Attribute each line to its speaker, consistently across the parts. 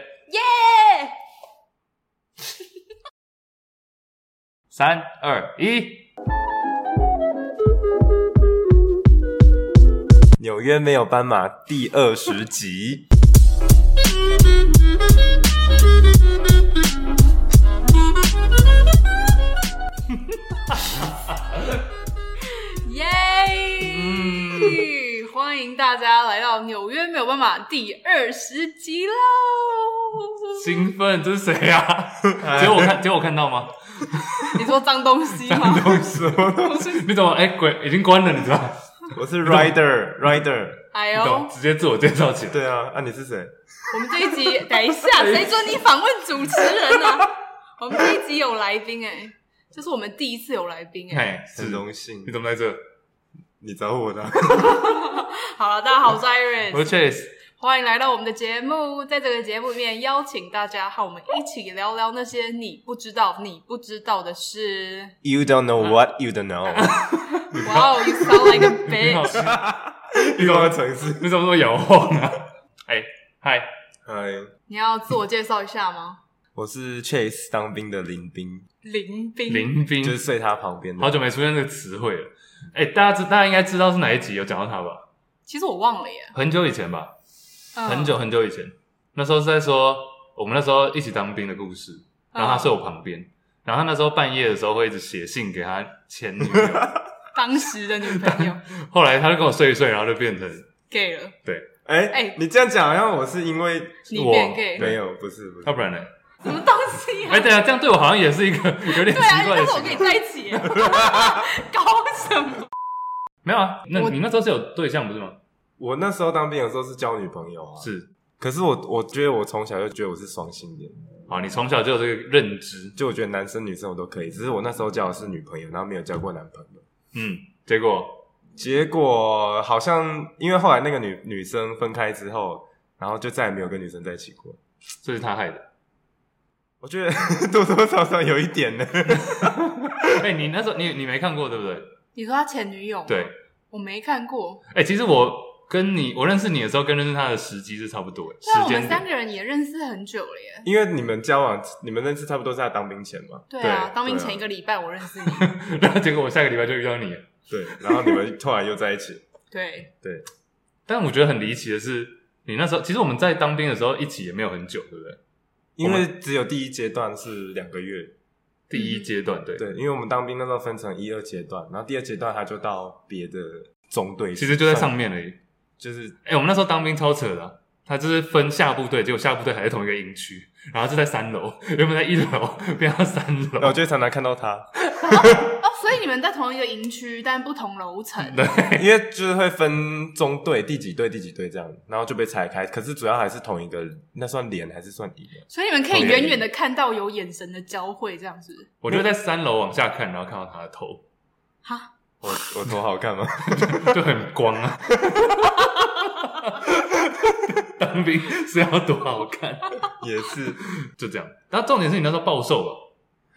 Speaker 1: 耶！
Speaker 2: 三二一。
Speaker 3: 纽约没有斑马第二十 集，
Speaker 1: 耶！欢迎大家来到《纽约没有办法》第二十集喽！
Speaker 2: 兴奋，这是谁啊？只有我看，只有我看到吗？
Speaker 1: 你说脏东西吗？
Speaker 2: 你怎么？哎、鬼已经关了，你知道？
Speaker 3: 我是 Rider Rider，
Speaker 1: 哎
Speaker 2: 你
Speaker 1: 呦，
Speaker 2: 懂？直接自我介绍起来。
Speaker 3: 对啊，啊你是谁？
Speaker 1: 我们这一集，等一下，谁准你访问主持人呢、我们这一集有来宾哎、这是我们第一次有来宾哎、
Speaker 2: 哎，
Speaker 3: 很荣幸
Speaker 2: 你，怎么在这？
Speaker 3: 你找我的啊，
Speaker 1: 好了，大家好，我是
Speaker 2: 我
Speaker 1: Iris，
Speaker 2: 是 Chase，
Speaker 1: 欢迎来到我们的节目。在这个节目里面，邀请大家和我们一起聊聊那些你不知道、你不知道的事。
Speaker 3: You don't know what you don't know，
Speaker 1: 哇哦，you sound like a
Speaker 2: 你好
Speaker 1: bitch！，
Speaker 3: 欲望的城市。
Speaker 2: 你怎么那么摇晃啊？哎，嗨，
Speaker 3: 嗨，
Speaker 1: 你要自我介绍一下吗？
Speaker 3: 我是 Chase 当兵的林兵，
Speaker 1: 林斌，
Speaker 2: 林斌
Speaker 3: 就，是睡他旁边的。
Speaker 2: 好久没出现这个词汇了。哎，大家知，大家应该知道是哪一集有讲到他吧？
Speaker 1: 其实我忘了耶，
Speaker 2: 很久以前吧，
Speaker 1: 嗯
Speaker 2: 很久很久以前，那时候是在说我们那时候一起当兵的故事。
Speaker 1: 嗯
Speaker 2: 然后他睡我旁边，然后他那时候半夜的时候会一直写信给他前女友，
Speaker 1: 当时的女朋 友
Speaker 2: 后来他就跟我睡一睡，然后就变成
Speaker 1: gay 了，
Speaker 3: 哎
Speaker 1: 哎
Speaker 3: 哎，你这样讲好像我是因为
Speaker 1: 你
Speaker 2: 我
Speaker 1: 变 gay 了，
Speaker 3: 没有，不是不
Speaker 2: 要
Speaker 3: 是，
Speaker 2: 不然呢？
Speaker 1: 什么东西啊
Speaker 2: 哎，？等一下这样对我好像也 是一个有点
Speaker 1: 对啊，
Speaker 2: 奇
Speaker 1: 你当
Speaker 2: 怪的
Speaker 1: 时我
Speaker 2: 行
Speaker 1: 跟你。
Speaker 2: 为
Speaker 1: 在一起 耶，搞什么？
Speaker 2: 没有啊，那
Speaker 1: 我
Speaker 2: 你那时候是有对象不是吗？
Speaker 3: 我那时候当兵有时候是交女朋友啊，，
Speaker 2: 是，
Speaker 3: 可是我我觉得我从小就觉得我是双性恋，
Speaker 2: 好，你从小就有这个认知，
Speaker 3: 就我觉得男生女生我都可以，只是我那时候交的是女朋友，然后没有交过男朋友。
Speaker 2: 嗯，结果
Speaker 3: 结果好像因为后来那个女女生分开之后，然后就再也没有跟女生在一起过。
Speaker 2: 这是他害的。
Speaker 3: 我觉得 多多少少有一点呢。
Speaker 2: 哎，你那时候你你没看过对不对？
Speaker 1: 你说他前女友？
Speaker 2: 对，，
Speaker 1: 我没看过，
Speaker 2: 哎，其实我跟你我认识你的时候，跟认识他的时机是差不多，
Speaker 1: 但
Speaker 2: 时
Speaker 1: 啊我
Speaker 2: 间
Speaker 1: 们三
Speaker 2: 点。
Speaker 1: 个人也认识很久了耶。
Speaker 3: 因为你们交往，你们认识差不多是在当兵前嘛？
Speaker 1: 对啊，
Speaker 2: 对
Speaker 1: 当兵
Speaker 3: 对啊
Speaker 1: 前一个礼拜我认识你，
Speaker 2: 然后结果我下个礼拜就遇到你了，
Speaker 3: 对，然后你们突然又在一起。
Speaker 1: 对，
Speaker 3: 对，
Speaker 2: 但我觉得很离奇的是，你那时候其实我们在当兵的时候一起也没有很久，对不对？
Speaker 3: 因为只有第一阶段是两个月。
Speaker 2: 第一阶段，对，
Speaker 3: 对，因为我们当兵那时候分成一二阶段，然后第二阶段他就到别的中队去，
Speaker 2: 其实就在
Speaker 3: 算
Speaker 2: 上，面而已。
Speaker 3: 就是
Speaker 2: 哎、我们那时候当兵超扯的啊、他就是分下部队，结果下部队还在同一个营区，然后就在三楼，原本在一楼变到三
Speaker 3: 然后
Speaker 2: 楼
Speaker 3: 我，就常常看到他，
Speaker 1: 哦，所以你们在同一个营区，但不同楼层。
Speaker 2: 对，
Speaker 3: 因为就是会分中队第几队第几队这样，然后就被拆开。可是主要还是同一个，那算连还是算营啊？
Speaker 1: 所以你们可以远远的看到有眼神的交汇，这样子。
Speaker 2: 我就在三楼往下看，然后看到他的头
Speaker 1: 哈，
Speaker 3: 我我头 好看吗？
Speaker 2: 就很光啊。 当兵是要多好看，
Speaker 3: 也是，
Speaker 2: 就这样。然后重点是你那时候暴瘦吧，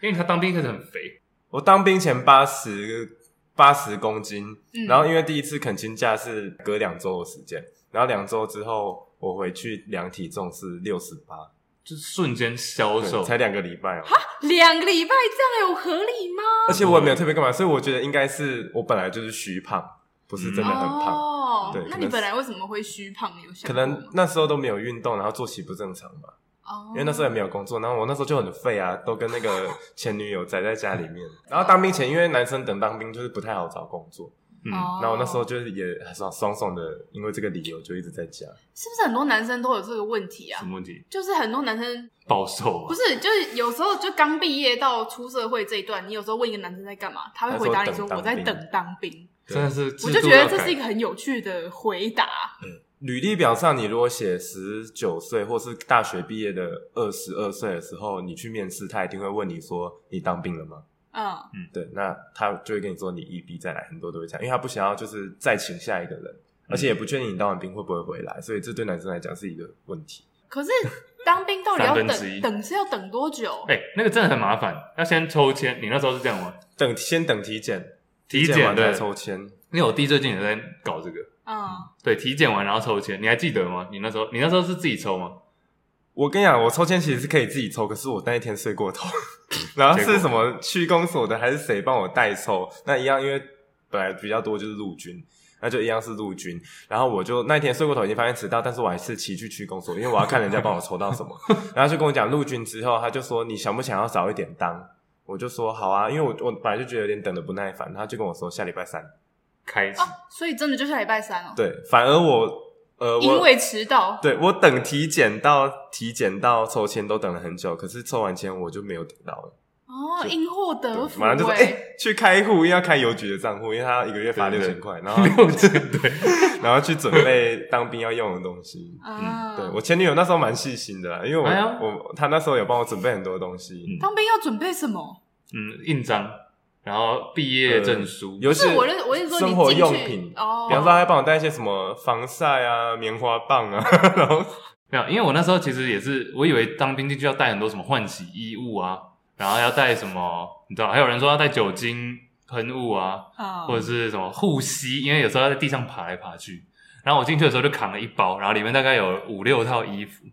Speaker 2: 因为他当兵一开始很肥，
Speaker 3: 我当兵前八十八十公斤，
Speaker 1: 嗯
Speaker 3: 然后因为第一次恳亲假是隔两周的时间，然后两周之后我回去量体重是六十八，
Speaker 2: 就瞬间消
Speaker 3: 对
Speaker 2: 瘦。
Speaker 3: 才两个礼拜哦、
Speaker 1: 两个礼拜这样有合理吗？
Speaker 3: 而且我也没有特别干嘛，所以我觉得应该是我本来就是虚胖，不是真的很胖。
Speaker 1: 哦
Speaker 3: 对
Speaker 1: 那
Speaker 3: 可能
Speaker 1: 你
Speaker 3: 是
Speaker 1: 本来为什么会虚胖？你有想
Speaker 3: 可
Speaker 1: 过吗
Speaker 3: 能那时候都没有运动，然后作息不正常吧，
Speaker 1: 哦，
Speaker 3: 因为那时候也没有工作，然后我那时候就很废啊， 都跟那个前女友宅在家里 面。然后当兵前，因为男生等当兵就是不太好找工作，
Speaker 2: 嗯，
Speaker 1: 哦
Speaker 3: 然后我那时候就是也爽爽爽的，因为这个理由就一直在家。
Speaker 1: 是不是很多男生都有这个问题啊
Speaker 2: 什？么问题？
Speaker 1: 就是很多男生
Speaker 2: 暴瘦
Speaker 1: 不
Speaker 2: 啊？
Speaker 1: 是，就是有时候就刚毕业到出社会这一段，你有时候问一个男生在干嘛，他会回答你说
Speaker 3: 他说
Speaker 1: 我在
Speaker 3: 等当兵
Speaker 1: 等当兵，
Speaker 2: 真的是，
Speaker 1: 我就觉得这是一个很有趣的回答。
Speaker 3: 履历表上你如果写十九岁或是大学毕业的二十二岁的时候，你去面试，他一定会问你说你当兵了吗？
Speaker 1: 嗯，
Speaker 3: 对，那他就会跟你说你一逼再来，很多都会这样，因为他不想要就是再请下一个人，
Speaker 1: 嗯
Speaker 3: 而且也不确定你当完兵会不会回来，所以这对男生来讲是一个问题。
Speaker 1: 可是当兵到底要
Speaker 2: 三分之一
Speaker 1: 等等是要等多久？
Speaker 2: 哎、那个真的很麻烦，要先抽签。你那时候是这样吗？
Speaker 3: 等先等体检，
Speaker 2: 体
Speaker 3: 检
Speaker 2: 检
Speaker 3: 完再
Speaker 2: 对，
Speaker 3: 抽签，
Speaker 2: 因为我弟最近也在搞这个，
Speaker 1: 嗯，
Speaker 2: 对，体检完然后抽签，你还记得吗？你那时候你那时候是自己抽吗？
Speaker 3: 我跟你讲，我抽签其实是可以自己抽，可是我那一天睡过头， 然后是什么区公所的还是谁帮我代抽？那一样，因为本来比较多就是陆军，那就一样是陆军。然后我就那一天睡过头，已经发现迟到，但是我还是骑去区公所，因为我要看人家帮我抽到什么。 然后就跟我讲陆军之后，他就说你想不想要早一点当？我就说好啊，因为我我本来就觉得有点等的不耐烦，他就跟我说下礼拜三。
Speaker 2: 开始、
Speaker 1: 啊，所以真的就下礼拜三哦，
Speaker 3: 对，反而我呃，我
Speaker 1: 因为迟到，
Speaker 3: 对我等体检到体检到抽签都等了很久，可是抽完签我就没有等到了，
Speaker 1: 哦，
Speaker 3: 就
Speaker 1: 因祸得福、
Speaker 3: 马上就说哎、
Speaker 1: 哎，
Speaker 3: 去开户，因为要开邮局的账户，因为他一个月发
Speaker 2: 对
Speaker 3: 六
Speaker 2: 对
Speaker 3: 千块，然后
Speaker 2: 六千对，
Speaker 3: 然后去准备当兵要用的东西。
Speaker 1: 啊，
Speaker 3: 哎嗯对我前女友那时候蛮细心的啦，因为我、
Speaker 2: 哎呦
Speaker 3: 我她那时候有帮我准备很多东西，
Speaker 2: 嗯
Speaker 1: 当兵要准备什么？
Speaker 2: 嗯，印章，然后毕业证书，
Speaker 3: 尤其
Speaker 1: 是我认，我认说你
Speaker 3: 生活
Speaker 1: 进去
Speaker 3: 用品，
Speaker 1: 哦，
Speaker 3: 比方说她还帮我带一些什么防晒啊、棉花棒啊， 然后
Speaker 2: 没有，因为我那时候其实也是，我以为当兵进去要带很多什么换洗衣物啊，然后要带什么，你知道，还有人说要带酒精喷雾啊，
Speaker 1: 啊
Speaker 2: 或者是什么护膝，因为有时候要在地上爬来爬去。然后我进去的时候就扛了一包，然后里面大概有五六套衣服，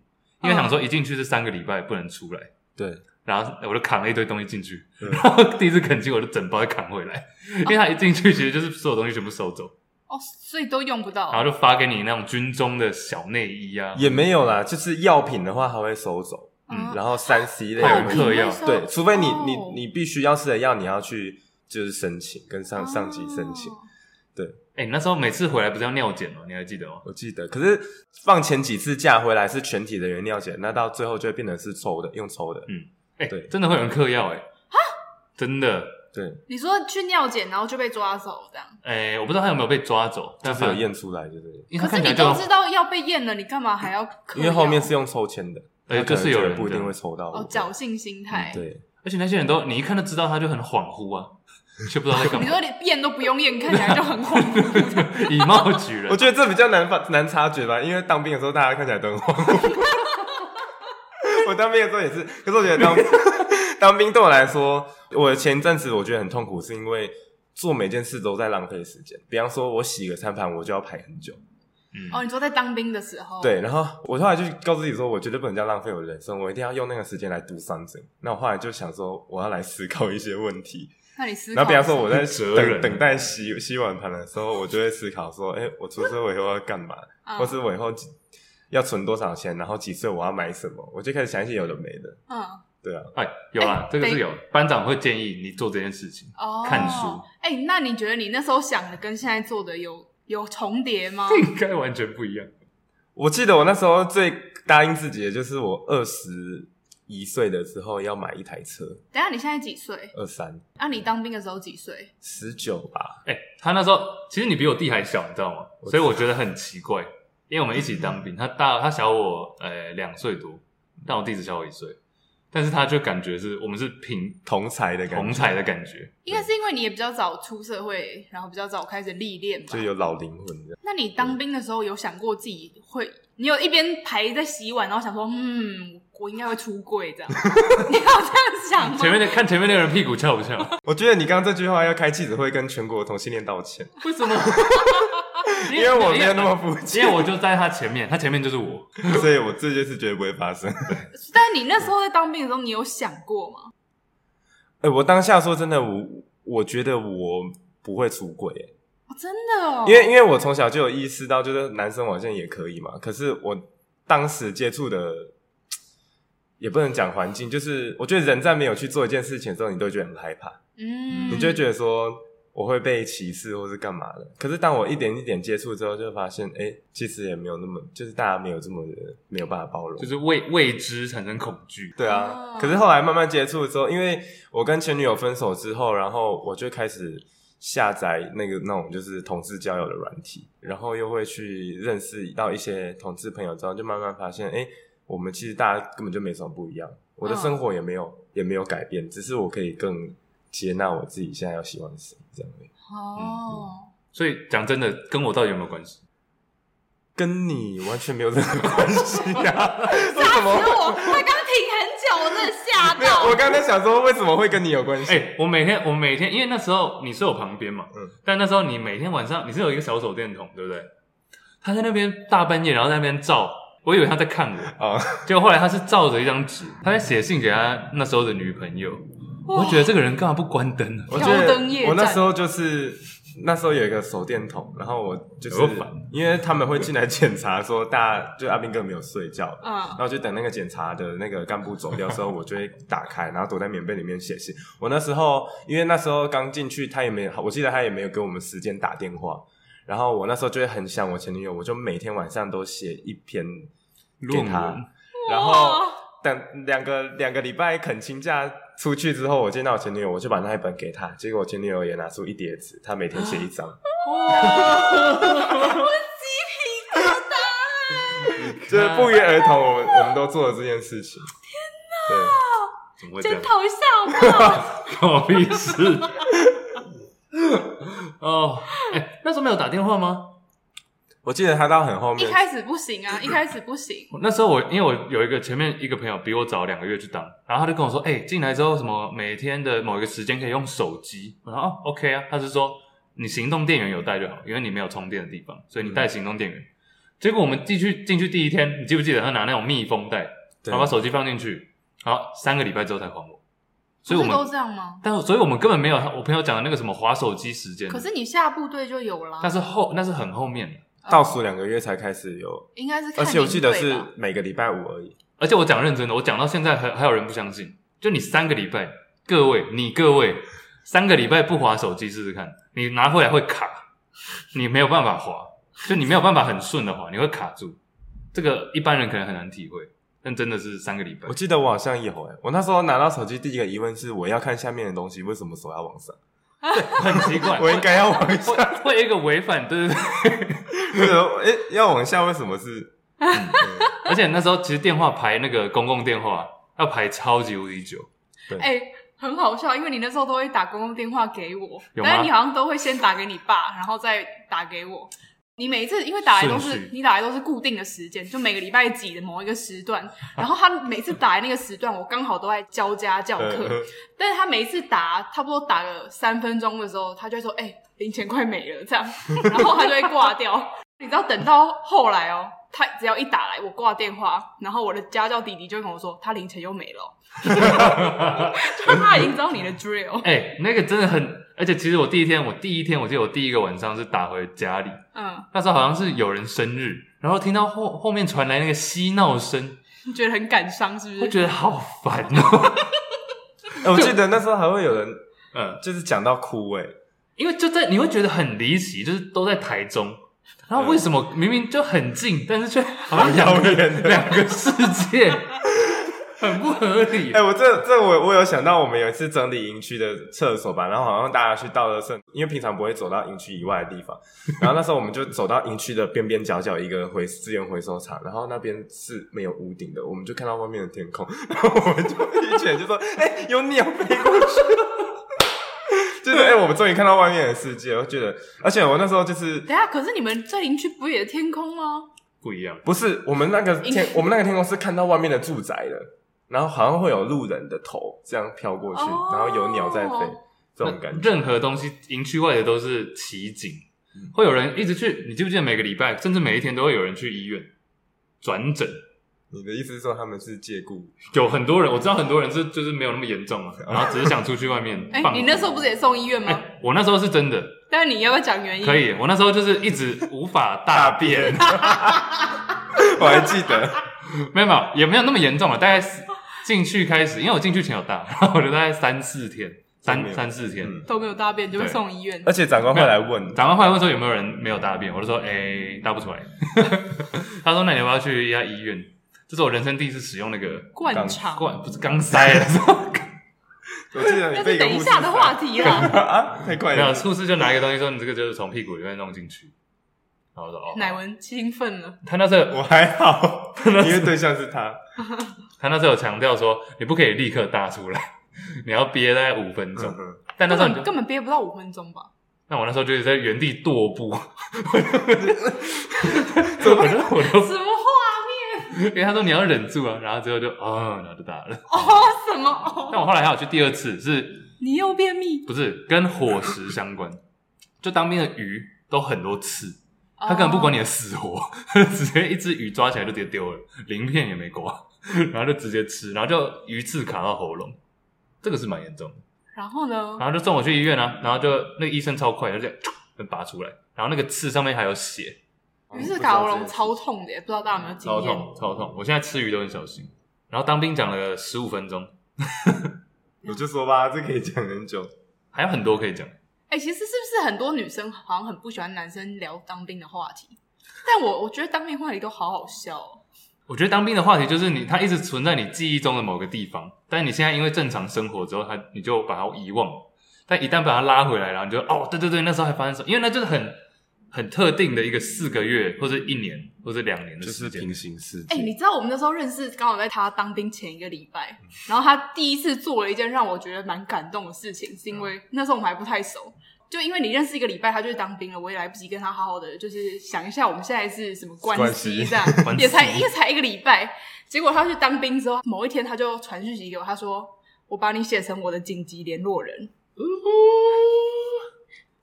Speaker 2: 因为想
Speaker 1: 嗯
Speaker 2: 说一进去是三个礼拜不能出来，
Speaker 3: 对。
Speaker 2: 然后我就扛了一堆东西进去，
Speaker 3: 嗯
Speaker 2: 然后第一次啃鸡我就整包扛 回来，因为他一进去其实就是所有东西全部收走，
Speaker 1: 哦，所以都用不到，
Speaker 2: 然后就发给你那种军中的小内衣啊，
Speaker 3: 也没有啦，就是药品的话还会收走，
Speaker 2: 嗯
Speaker 3: 然后三 C 类
Speaker 2: 还有
Speaker 3: 的
Speaker 2: 一课药
Speaker 3: 对，除非你你
Speaker 1: 哦
Speaker 3: 你必须要吃的药，你要去就是申请，跟上上级申请。
Speaker 1: 哦
Speaker 2: 哎、你那时候每次回来不是要尿检吗？你还记得吗？
Speaker 3: 我记得，可是放前几次假回来是全体的人尿检，那到最后就会变成是抽的，用抽的。
Speaker 2: 哎、
Speaker 3: 对
Speaker 2: 真的会有人嗑药哎、真的
Speaker 3: 对，
Speaker 1: 你说去尿检，然后就被抓走这样，
Speaker 2: 哎、我不知道他有没有被抓走，
Speaker 3: 就
Speaker 2: 但
Speaker 3: 是有，验出来，对不对？
Speaker 2: 因为
Speaker 1: 可
Speaker 2: 他
Speaker 1: 是
Speaker 2: 看
Speaker 1: 你
Speaker 2: 起来就
Speaker 1: 都知道要被验了，你干嘛还要嗑药？
Speaker 3: 因为后面是用抽签的，
Speaker 2: 哎
Speaker 3: 他可能
Speaker 2: 就是有
Speaker 3: 觉得
Speaker 2: 人
Speaker 3: 不一定
Speaker 2: 的
Speaker 3: 会抽到
Speaker 1: 哦
Speaker 3: 的。嗯
Speaker 1: 侥幸心态。
Speaker 3: 对，
Speaker 2: 而且那些人都你一看就知道他就很恍惚啊，就不知道在 干
Speaker 1: 你
Speaker 2: 嘛，
Speaker 1: 说连验都不用验，看起来就很 恐怖。
Speaker 2: 以貌取人
Speaker 3: 我。觉得这比较难发难察觉吧，因为当兵的时候大家看起来都很慌。 我当兵的时候也是，可是我觉得当当兵对我来说，我前阵子我觉得很痛苦，是因为做每件事都在浪费时间。比方说，我洗个餐盘，我就要排很久。
Speaker 1: 哦，
Speaker 2: 嗯，
Speaker 1: 你说在当兵的时候，，
Speaker 3: 对，然后我后来就告诉自己说，我绝对不能这样浪费我的人生，我一定要用那个时间来 do something。那我后来就想说，我要来思考一些问题。
Speaker 1: 那你思考。
Speaker 3: 然后比方说我在
Speaker 2: 哲人
Speaker 3: 等等待洗洗碗盘的时候，我就会思考说，哎、我出社会以后要干嘛？
Speaker 1: 嗯，
Speaker 3: 或是我以后几要存多少钱，然后几岁我要买什么，我就开始想一些有的没的。
Speaker 1: 嗯
Speaker 3: 对啊，
Speaker 2: 哎，有啊
Speaker 1: 哎，
Speaker 2: 这个是
Speaker 1: 对
Speaker 2: 有班长会建议你做这件事情，
Speaker 1: 哦，
Speaker 2: 看书。
Speaker 1: 哎，那你觉得你那时候想的跟现在做的有有重叠吗？
Speaker 2: 应该完全不一样。
Speaker 3: 我记得我那时候最答应自己的就是我二十一岁的时候要买一台车，
Speaker 1: 等一下你现在几岁？
Speaker 3: 二三
Speaker 1: 啊，你当兵的时候几岁？
Speaker 3: 十九吧，
Speaker 2: 哎、他那时候其实你比我弟还小，你知道吗？
Speaker 3: 我知道
Speaker 2: 所以我觉得很奇怪，因为我们一起当兵，他大他小我呃两岁多，但我弟只小我一岁，但是他就感觉是我们是平
Speaker 3: 同才的感觉，
Speaker 2: 同才的感觉。
Speaker 1: 应该是因为你也比较早出社会，然后比较早开始历练吧
Speaker 3: 就。有老灵魂的。
Speaker 1: 那你当兵的时候有想过自己会？你有一边排在洗碗，然后想说，嗯，我应该会出柜这样。 你有这样想吗？
Speaker 2: 前面的看前面那个人屁股翘不翘？
Speaker 3: 我觉得你刚刚这句话要开记者会跟全国同性恋道歉，
Speaker 2: 为什么？
Speaker 3: 因为我没有那么肤
Speaker 2: 因为
Speaker 3: 浅，
Speaker 2: 我就在他前面，他前面就是我。
Speaker 3: 所以我这件事绝对不会发生。
Speaker 1: 但你那时候在当兵的时候，你有想过吗？
Speaker 3: 哎、我当下说真的，我我觉得我不会出轨、欸
Speaker 1: 哦、真的哦，
Speaker 3: 因为因为我从小就有意识到，就是男生好像也可以嘛。可是我当时接触的，也不能讲环境，就是我觉得人在没有去做一件事情的时候，你都会觉得很害怕，
Speaker 1: 嗯，
Speaker 3: 你就会觉得说我会被歧视或是干嘛的。可是当我一点一点接触之后，就发现，哎、其实也没有那么，就是大家没有这么的没有办法包容，
Speaker 2: 就是未未知产生恐惧。
Speaker 3: 对啊
Speaker 1: 哦，
Speaker 3: 可是后来慢慢接触之后，因为我跟前女友分手之后，然后我就开始下载那个那种就是同志交友的软体，然后又会去认识到一些同志朋友之后，就慢慢发现，哎、我们其实大家根本就没什么不一样，我的
Speaker 1: 嗯
Speaker 3: 生活也没有、也没有改变，只是我可以更接纳我自己现在要喜欢谁 这样而已。
Speaker 1: 哦，
Speaker 2: 所以讲真的，跟我到底有没有关系？
Speaker 3: 跟你完全没有任何关系啊！为什
Speaker 1: 因为
Speaker 3: 么？
Speaker 1: 我他刚刚停很久，我真的吓
Speaker 3: 没有，
Speaker 1: 到
Speaker 3: 我。刚才想说为什么会跟你有关系？
Speaker 2: 哎、我每天我每天，因为那时候你是我旁边嘛，
Speaker 3: 嗯
Speaker 2: 但那时候你每天晚上你是有一个小手电筒，对不对？他在那边大半夜，然后在那边照，我以为他在看我，
Speaker 3: 哦，
Speaker 2: 结果后来他是照着一张纸，他在写信给他那时候的女朋友。我觉得这个人干嘛不关灯啊呢、
Speaker 3: 我觉
Speaker 1: 挑
Speaker 3: 得
Speaker 1: 灯夜战
Speaker 3: 我那时候就是那时候有一个手电筒，然后我就是
Speaker 2: 有个反
Speaker 3: 因为他们会进来检查说大家就阿兵哥没有睡觉，
Speaker 1: 嗯
Speaker 3: 然，后就等那个检查的那个干部走掉之后，我就会打开，然后躲在棉被里面写信。我那时候因为那时候刚进去，他也没有，我记得他也没有给我们时间打电话。然后我那时候就会很想我前女友，我就每天晚上都写一篇给
Speaker 2: 论
Speaker 3: 她
Speaker 2: 文，，
Speaker 3: 然后
Speaker 1: 哇
Speaker 3: 等两个两个礼拜恳请假出去之后，我见到我前女友，我就把那一本给她，结果我前女友也拿出一叠纸，她每天写一 张， 就是不约而同，我们我们都做了这件事情。天哪！
Speaker 2: 怎么会这样
Speaker 1: 检？讨一下好不好？
Speaker 2: 关我屁事。 哦，哎、那时候没有打电话吗？
Speaker 3: 我记得他到很后
Speaker 1: 一
Speaker 3: 面，
Speaker 1: 开始不行
Speaker 3: 嗯
Speaker 1: 啊，一开始不行。
Speaker 2: 我那时候我因为我有一个前面一个朋友比我早两个月去当，然后他就跟我说，哎、进来之后什么每天的某一个时间可以用手机，我说哦 OK 啊，他是说你行动电源有带就好，因为你没有充电的地方，所以
Speaker 3: 嗯
Speaker 2: 你带行动电源。结果我们进去进去第一天，你记不记得他拿那种密封袋，
Speaker 3: 对
Speaker 2: 然后把手机放进去，好三个礼拜之后才还我，所以我
Speaker 1: 不是都
Speaker 2: 们
Speaker 1: 这样吗？
Speaker 2: 但所以我们根本没有我朋友讲的那个什么划手机时间，
Speaker 1: 可是你下部队就有啊啦，
Speaker 2: 那是后那是很后面的。
Speaker 3: 倒数两个月才开始有，
Speaker 1: 应该是看
Speaker 3: 而
Speaker 1: 你
Speaker 3: 且我记得
Speaker 1: 对
Speaker 3: 是
Speaker 1: 吧
Speaker 3: 每个礼拜五而已。
Speaker 2: 而且我讲认真的，我讲到现在还还有人不相信。就你三个礼拜，各位你各位三个礼拜不划手机试试看，你拿回来会卡，你没有办法划，就你没有办法很顺的划，你会卡住。这个一般人可能很难体会，但真的是三个礼 拜
Speaker 3: 我。记得我好像有哎、我那时候拿到手机第一个疑问是我要看下面的东西，为什么手要往上？
Speaker 2: 很奇怪，
Speaker 3: 我应该要往下，
Speaker 2: 会会有一个违反，对对对。
Speaker 3: 为什么？哎，要往下为什么是？嗯
Speaker 2: 而且那时候其实电话排那个公共电话要排超级无敌久，
Speaker 1: 哎、很好笑，因为你那时候都会打公共电话给我，
Speaker 2: 有吗
Speaker 1: 但是你好像都会先打给你爸，然后再打给我。你每一次因为打来都
Speaker 2: 顺序
Speaker 1: 是你打来都是固定的时间，就每个礼拜几的某一个时段，然后他每次打来那个时段，我刚好都在教家教 课，
Speaker 3: 呃
Speaker 1: 但是他每一次打差不多打了三分钟的时候，他就会说：“哎、零钱快没了。”这样，然后他就会挂掉。 你知道，等到后来哦，他只要一打来，我挂电话，然后我的家教弟弟就会跟我说：“他零钱又没了 哦。”就他已经知道你的 drill。
Speaker 2: 哎、那个真的很，而且其实我第一天，我第一天，我记得我第一个晚上是打回家里，
Speaker 1: 嗯，
Speaker 2: 那时候好像是有人生日，然后听到后后面传来那个嬉闹声，
Speaker 1: 你觉得很感伤是不
Speaker 2: 我
Speaker 1: 是？
Speaker 2: 觉得好烦哦。
Speaker 3: 哎我记得那时候还会有人
Speaker 2: 嗯，
Speaker 3: 就是讲到哭哎、
Speaker 2: 因为就在你会觉得很离奇，就是都在台中，然后为什么明明就很近，但是却好像两
Speaker 3: 嗯遥
Speaker 2: 个
Speaker 3: 远的
Speaker 2: 两个世界，很不合理
Speaker 3: 哎、。我这这我我有想到，我们有一次整理营区的厕所吧，然后好像大家去倒垃圾，因为平常不会走到营区以外的地方，然后那时候我们就走到营区的边边角角一个回资源回收厂，然后那边是没有屋顶的，我们就看到外面的天空， 然后我们就一群人就说，哎、有鸟飞过去，就是哎、我们终于看到外面的世界，我觉得，而且我那时候就是
Speaker 1: 等一下，可是你们在林区不也天空吗？
Speaker 2: 不一样，
Speaker 3: 不是我们那个
Speaker 1: 营
Speaker 3: 天，我们那个天空是看到外面的住宅的，然后好像会有路人的头这样飘过去，
Speaker 1: 哦
Speaker 3: 然后有鸟在飞，这种感觉。
Speaker 2: 任何东西营区外的都是奇景，
Speaker 3: 嗯
Speaker 2: 会有人一直去。你记不记得每个礼拜，甚至每一天都会有人去医院转诊？
Speaker 3: 你的意思是说他们是借故？
Speaker 2: 有很多人，我知道很多人是就是没有那么 严重嘛，啊然后只是想出去外面
Speaker 1: 哎、
Speaker 2: 放。
Speaker 1: 你那时候不是也送医院吗？
Speaker 2: 哎，我那时候是真的
Speaker 1: 但是你要不要讲
Speaker 3: 嗯
Speaker 1: 原因？
Speaker 2: 可以，我那时候就是一直无法大 便，
Speaker 3: 我还记得，
Speaker 2: 没有没有，也没有那么严重啊了，大概是进去开始，因为我进去前有大， 然后我就大概三四天，
Speaker 3: 都没
Speaker 2: 三
Speaker 3: 有
Speaker 2: 三四天。
Speaker 3: 嗯
Speaker 1: 都没有大便就会
Speaker 2: 对哎
Speaker 1: 送医院
Speaker 3: 而。且长官会来问，
Speaker 2: 长官后来问说有没有人没有大便，我就说哎、大不出来。 他说那你要不要去一下医院？这是我人生第一次使用那个
Speaker 1: 灌
Speaker 3: 刚
Speaker 1: 肠
Speaker 2: 罐，不是钢塞了，
Speaker 3: 我记得
Speaker 1: 那
Speaker 3: 你被
Speaker 1: 是
Speaker 3: 一个
Speaker 1: 等一
Speaker 3: 护士
Speaker 1: 下的话
Speaker 3: 杀
Speaker 1: 题啦。
Speaker 3: 啊，太快
Speaker 2: 没有
Speaker 3: 了。
Speaker 2: 护士就拿一个东西说你这个就是从屁股里面弄进去，然后我说哦，
Speaker 1: 乃文兴奋了，
Speaker 2: 他那时候
Speaker 3: 我还 好，因为对象是他，
Speaker 2: 他那时候有强调说你不可以立刻大出来，你要憋大概五分钟
Speaker 3: 嗯，哼
Speaker 2: 但
Speaker 1: 根
Speaker 2: 那时候你
Speaker 1: 本
Speaker 2: 就
Speaker 1: 根本憋不到五分钟吧？
Speaker 2: 那我那时候就是在原地踱步，我
Speaker 3: 怎么
Speaker 2: 就我就
Speaker 1: 什么画面？
Speaker 2: 因为他说你要忍住啊，然后之后就啊、然后就打了。
Speaker 1: 哦，什么？哦，
Speaker 2: 但我后来还有去第二次，是
Speaker 1: 你又便秘？
Speaker 2: 不是跟伙食相关？ 就当兵的鱼都很多刺，
Speaker 1: 哦
Speaker 2: 他根本不管你的死活， 他就直接一只鱼抓起来就直接丢了，鳞片也没刮， 然后就直接吃，然后就鱼刺卡到喉咙，这个是蛮严重的。
Speaker 1: 然后呢？
Speaker 2: 然后就送我去医院啊，然后就那个医生超快，就这样就拔出来，然后那个刺上面还有血，
Speaker 1: 于是卡喉咙超痛的耶，不知道大家有没有经
Speaker 2: 超
Speaker 1: 验？
Speaker 2: 痛超痛。我现在吃鱼都很小心。然后当兵讲了十五分钟，
Speaker 3: 嗯我就说吧，这可以讲很久。
Speaker 2: 还有很多可以讲。
Speaker 1: 哎、其实是不是很多女生好像很不喜欢男生聊当兵的话题？但我我觉得当兵话题都好好笑、哦，
Speaker 2: 我觉得当兵的话题就是你，它一直存在你记忆中的某个地方，但你现在因为正常生活之后，它你就把它遗忘了。但一旦把它拉回来，然后你就哦，对对对，那时候还发生什么？因为那就是很很特定的一个四个月或者一年或者两年的时间。
Speaker 3: 行世
Speaker 1: 哎、你知道我们那时候认识，刚好在他当兵前一个礼拜，然后他第一次做了一件让我觉得蛮感动的事情，是因为那时候我们还不太熟，就因为你认识一个礼拜，他就去当兵了，我也来不及跟他好好的就是想一下我们现在是什么关
Speaker 3: 关
Speaker 1: 系
Speaker 3: 系
Speaker 1: 这样，
Speaker 2: 关系
Speaker 1: 也才也才一个礼拜，结果他去当兵之后，某一天他就传讯息给我，他说我把你写成我的紧急联络人。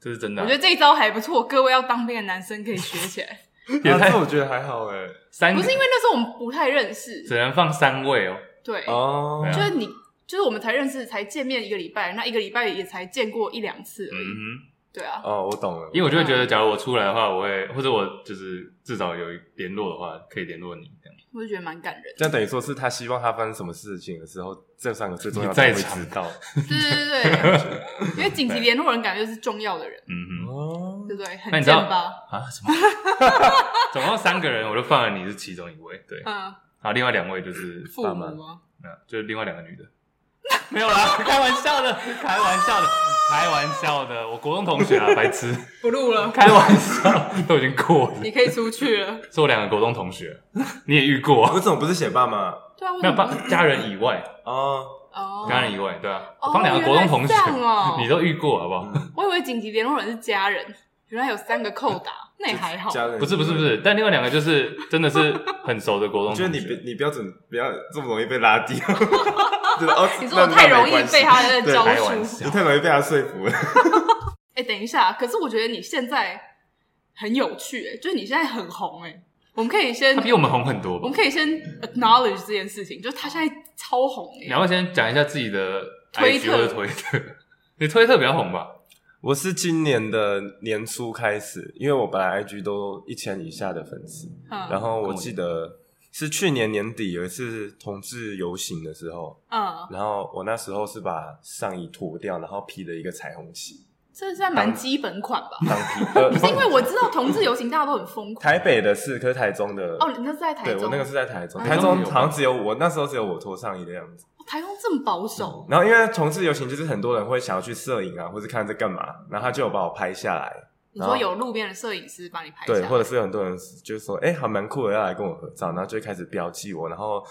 Speaker 2: 这是真的
Speaker 1: 我
Speaker 2: 啊、
Speaker 1: 觉得这一招还不错，各位要当兵的男生可以学起来。
Speaker 2: 也
Speaker 3: 啊
Speaker 2: 太
Speaker 3: 这我觉得还好哎。
Speaker 2: 三
Speaker 1: 不是因为那时候我们不太认识，
Speaker 2: 只能放三位哦，
Speaker 1: 对，
Speaker 3: 哦
Speaker 2: 对啊
Speaker 1: 就是你，就是我们才认识，才见面一个礼拜，那一个礼拜也才见过一两次而已。
Speaker 2: 嗯
Speaker 1: 对啊，
Speaker 3: 哦，我懂了
Speaker 2: 哼，。因为我就会觉得，假如我出来的话，我会或者我就是至少有一联络的话，可以联络你这样。
Speaker 1: 我就觉得蛮感 人。
Speaker 3: 这样等于说是他希望他发生什么事情的时候，这三个最重要的
Speaker 2: 你在
Speaker 3: 人会
Speaker 2: 场
Speaker 3: 知道。
Speaker 1: 对对对对，因为紧急联络人感觉就是重要的人，
Speaker 2: 嗯哼
Speaker 3: 哦
Speaker 1: 对不对？
Speaker 2: 那
Speaker 1: 很
Speaker 2: 你知
Speaker 1: 贱
Speaker 2: 道
Speaker 1: 吧？
Speaker 2: 啊什么？ 总共三个人，我就放了你是其中一位，对。
Speaker 1: 嗯，
Speaker 2: 好，另外两位就是
Speaker 1: 父
Speaker 2: 爸
Speaker 1: 母
Speaker 2: 妈，
Speaker 1: 吗？
Speaker 2: 嗯，就是另外两个女的， 没有啦，开玩笑的，开玩笑的，开玩笑的，我国中同学啊，白痴，
Speaker 1: 不录了，
Speaker 2: 开玩笑，都已经过了，
Speaker 1: 你可以出去了。
Speaker 2: 是我两个国中同学，你也遇
Speaker 3: 啊
Speaker 2: 过，
Speaker 3: 为什么不是写爸妈？
Speaker 1: 对啊，为 什
Speaker 2: 没有
Speaker 1: 么
Speaker 2: 帮
Speaker 1: 不是？
Speaker 2: 家人以外，
Speaker 3: 哦，
Speaker 1: 哦，
Speaker 2: 家人以外，对啊，
Speaker 1: 哦
Speaker 2: 我帮两个国中同学
Speaker 1: 原来是这样哦，
Speaker 2: 你都遇过好不好？
Speaker 1: 我以为紧急联络人是家人，原来有三个扣 打，那也还好。
Speaker 3: 哦家人
Speaker 2: 不是不是不，是，但另外两个就是真的是很熟的国
Speaker 3: 我
Speaker 2: 中
Speaker 3: 觉得
Speaker 2: 同
Speaker 3: 你
Speaker 2: 学
Speaker 3: 别，你标准不要这么容易被拉 低。对吧哦
Speaker 1: 你说我
Speaker 3: 那
Speaker 1: 太
Speaker 3: 那
Speaker 1: 容
Speaker 3: 没
Speaker 1: 易
Speaker 3: 关系
Speaker 1: 被他的
Speaker 3: 对
Speaker 1: 招
Speaker 2: 开玩
Speaker 1: 数。
Speaker 2: 笑
Speaker 3: 你。太容易被他说服了。
Speaker 1: 哎、等一下，可是我觉得你现在很有趣、哎，就是你现在很红、哎，我们可以先
Speaker 2: 他，比我们红很多吧？
Speaker 1: 我们可以先 acknowledge 这件事情，就是他现在超红、
Speaker 2: 你
Speaker 1: 哎，
Speaker 2: 要先讲一下自己的
Speaker 1: 推
Speaker 2: IG
Speaker 1: 特
Speaker 2: 或者推特， 你推特比较红吧？
Speaker 3: 我是今年的年初开始，因为我本来 IG 都一千以下的粉丝，然
Speaker 1: 嗯
Speaker 3: 后啊我记得是去年年底有一次同志游行的时候，
Speaker 1: 嗯，
Speaker 3: 然后我那时候是把上衣脱掉，然后披了一个彩虹旗
Speaker 1: 这算蛮基本款吧？
Speaker 3: 当披。呃
Speaker 1: 不是因为我知道同志游行大家都很疯狂。
Speaker 3: 台北的是，可是台中的
Speaker 1: 哦，你那是在台
Speaker 3: 对
Speaker 1: 中？
Speaker 3: 我那个是在台中，
Speaker 1: 嗯
Speaker 3: 台中好像只有我那时候只有我脱上衣的样子。
Speaker 1: 哦台中这么保守，
Speaker 3: 然后因为同志游行，就是很多人会想要去摄影啊，或是看在干嘛，然后他就有把我拍下来，
Speaker 1: 你
Speaker 3: 然
Speaker 1: 说
Speaker 3: 后
Speaker 1: 有路边的摄影师帮你拍下
Speaker 3: 对，
Speaker 1: 来，
Speaker 3: 或者是有很多人就说，哎、还蛮酷的，要来跟我合照，然后就会开始标记我，然后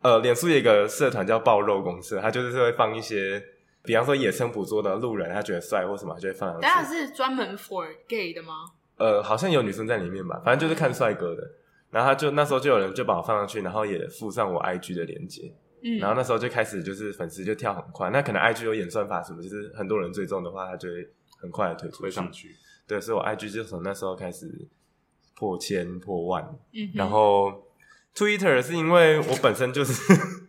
Speaker 3: 呃，脸书有一个社团叫暴肉公社，他就是会放一些，比方说野生捕捉的路人，他觉得帅或什么，他就会放
Speaker 1: 等一下
Speaker 3: 上去。
Speaker 1: 是专门 for gay 的吗？
Speaker 3: 呃，好像有女生在里面吧，反正就是看帅哥的。然后他就那时候就有人就把我放上去，然后也附上我 IG 的链接。
Speaker 1: 嗯，
Speaker 3: 然后那时候就开始就是粉丝就跳很快，那可能 IG 有演算法什么，就是很多人追踪的话，它就会很快的推出
Speaker 2: 推上
Speaker 3: 去。
Speaker 2: 去，
Speaker 3: 对，所以我 IG 就从那时候开始破千破万，
Speaker 1: 嗯哼
Speaker 3: 然后 Twitter 是因为我本身就是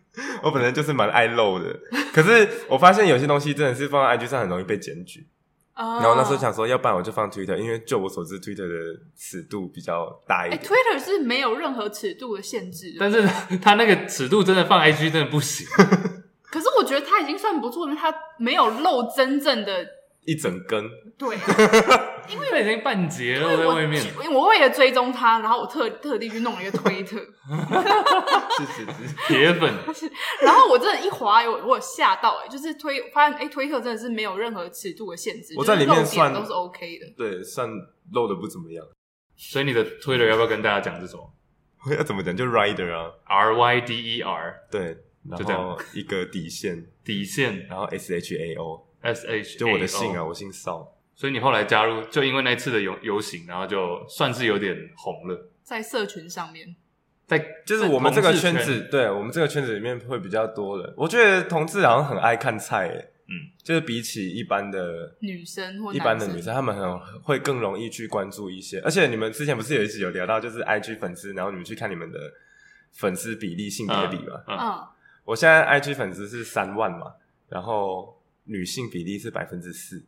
Speaker 3: 我本身就是蛮爱露的，可是我发现有些东西真的是放在 IG 上很容易被检举，
Speaker 1: 哦
Speaker 3: 然后那时候想说，要不然我就放 Twitter，因为就我所知，Twitter 的尺度比较大一
Speaker 1: 哎、
Speaker 3: 点。
Speaker 1: t w i t t e r 是没有任何尺度的限制的，
Speaker 2: 但是他那个尺度真的放 IG 真的不行，
Speaker 1: 可是我觉得他已经算不错了，因为他没有露真正的
Speaker 3: 一整根，
Speaker 1: 对啊，
Speaker 2: 因为已经半截了，在
Speaker 1: 我
Speaker 2: 外面。
Speaker 1: 去我为了追踪他，然后我特特地去弄了一个推特，
Speaker 3: 是是是，
Speaker 2: 铁粉，
Speaker 1: 然后我真的，一滑，我我有吓到哎、就是推我发现哎、推特真的是没有任何尺度的限制，
Speaker 3: 我在里面
Speaker 1: 就是露点
Speaker 3: 算
Speaker 1: 都是 OK 的。
Speaker 3: 对，算漏的不怎么样。
Speaker 2: 所以你的 Twitter 要不要跟大家讲是什么
Speaker 3: 要怎么讲？就 rider 啊，
Speaker 2: ？R Y D E R
Speaker 3: 对，然
Speaker 2: 就这样
Speaker 3: 后一个底线，
Speaker 2: 底线
Speaker 3: 然后 S H A O，
Speaker 2: S H，
Speaker 3: 就我的姓啊，。我姓邵。
Speaker 2: 所以你后来加入，就因为那一次的游游行，然后就算是有点红了，
Speaker 1: 在社群上面，
Speaker 2: 在
Speaker 3: 就是我们这个圈，子，对我们这个圈子里面会比较多人。我觉得同志好像很爱看菜、欸，
Speaker 2: 嗯，
Speaker 3: 就是比起一般的、
Speaker 1: 女生或
Speaker 3: 一般的
Speaker 1: 男
Speaker 3: 女生，她们很会更容易去关注一些。而且你们之前不是有一集有聊到，就是 IG 粉丝，然后你们去看你们的粉丝比例、性别比嘛？
Speaker 2: 嗯，
Speaker 1: 嗯，
Speaker 3: 我现在 IG 粉丝是三万嘛，然后女性比例是百分之四，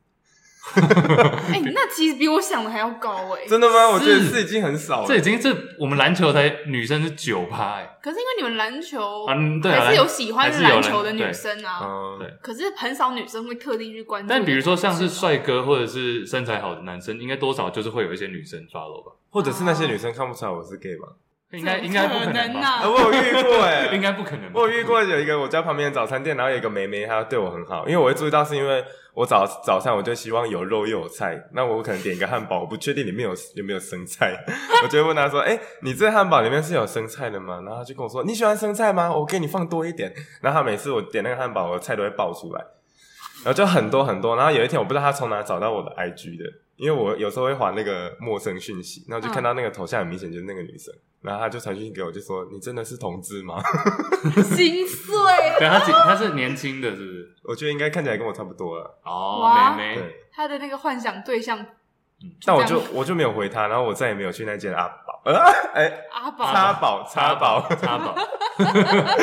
Speaker 1: 哎、那其实比我想的还要高哎、
Speaker 3: 真的吗？我觉得
Speaker 2: 是
Speaker 3: 四已经很少了。
Speaker 2: 这已经这我们篮球才女生是九趴哎，
Speaker 1: 可是因为你们篮球、
Speaker 2: 嗯，对啊，
Speaker 1: 还是有喜欢
Speaker 2: 还是有
Speaker 1: 篮
Speaker 2: 人
Speaker 1: 球的女
Speaker 2: 对
Speaker 1: 生啊，
Speaker 3: 嗯，
Speaker 2: 对
Speaker 1: 可是很少女生会特地去关注。
Speaker 2: 但比如说像
Speaker 1: 啊
Speaker 2: 是，帅哥或者是身材好的男生，应该多少就是会有一些女生 follow 吧？
Speaker 3: 或者是那些女生看不出来我是 gay 吧？
Speaker 2: 应该应该不可能吧？
Speaker 1: 啊
Speaker 3: 啊，我有遇 过哎、
Speaker 2: 应该不可能吧。
Speaker 3: 我有遇过有一个我家旁边的早餐店，然后有一个妹妹，她对我很好，因为我会注意到是因为我早早上我就希望有肉又有菜，那我可能点一个汉堡，我不确定里面有有没有生菜， 我就会问她说：“哎、你这汉堡里面是有生菜的吗？”然后她就跟我说：“你喜欢生菜吗？我给你放多一点。”然后她每次我点那个汉堡，我的菜都会爆出来，然后就很多很多。然后有一天我不知道她从哪找到我的 IG 的，因为我有时候会划那个陌生讯息，然后就看到那个头像很明显就是那个女生，然后她就传讯息给我，就说：“你真的是同志吗？”
Speaker 1: 心碎，
Speaker 2: 对，他几他是年轻的，是不是？
Speaker 3: 我觉得应该看起来跟我差不多了，
Speaker 2: 哦，
Speaker 1: 哇
Speaker 2: 妹妹，
Speaker 3: 对。
Speaker 1: 他的那个幻想对象
Speaker 3: 但我
Speaker 1: 这
Speaker 3: 就
Speaker 1: 样
Speaker 3: 我就没有回他，然后我再也没有去那间阿宝，呃，哎，
Speaker 1: 阿宝，
Speaker 3: 插宝 插宝，
Speaker 2: 插宝。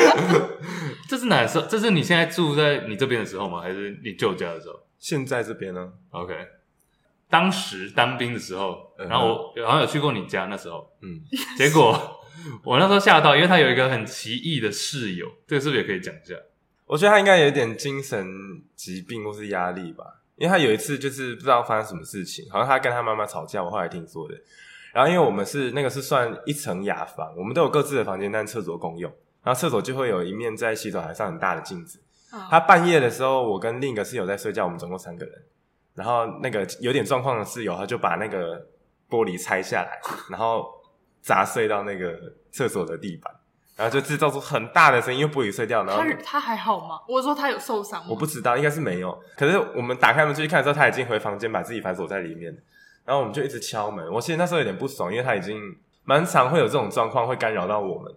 Speaker 2: 这是哪时候？这是你现在住在你这边的时候吗？还是你舅家的时候
Speaker 3: 现在这边呢，
Speaker 2: ？OK，当时当兵的时候，
Speaker 3: 嗯哼
Speaker 2: 然后我好像有去过你家那时候，
Speaker 3: 嗯，
Speaker 2: 结果 我那时候吓到，因为他有一个很奇异的室友，这个是不是也可以讲一下？
Speaker 3: 我觉得他应该有点精神疾病或是压力吧，因为他有一次就是不知道发生什么事情，好像他跟他妈妈吵架，我后来听说的。然后因为我们是那个是算一层雅房，我们都有各自的房间，但厕所公用。然后厕所就会有一面在洗手台上很大的镜子，
Speaker 1: 嗯
Speaker 3: 他半夜的时候，我跟另一个室友在睡觉，我们总共三个人。然后那个有点状况的室友，他就把那个玻璃拆下来，然后砸碎到那个厕所的地板，然后就制造出很大的声音，因为玻璃碎掉。然后
Speaker 1: 他他还好吗？我说他有受伤吗？
Speaker 3: 我不知道，应该是没有。可是我们打开门出去看的时候，他已经回房间把自己反锁在里面了。然后我们就一直敲门。我其实那时候有点不爽，因为他已经蛮常会有这种状况，会干扰到我们。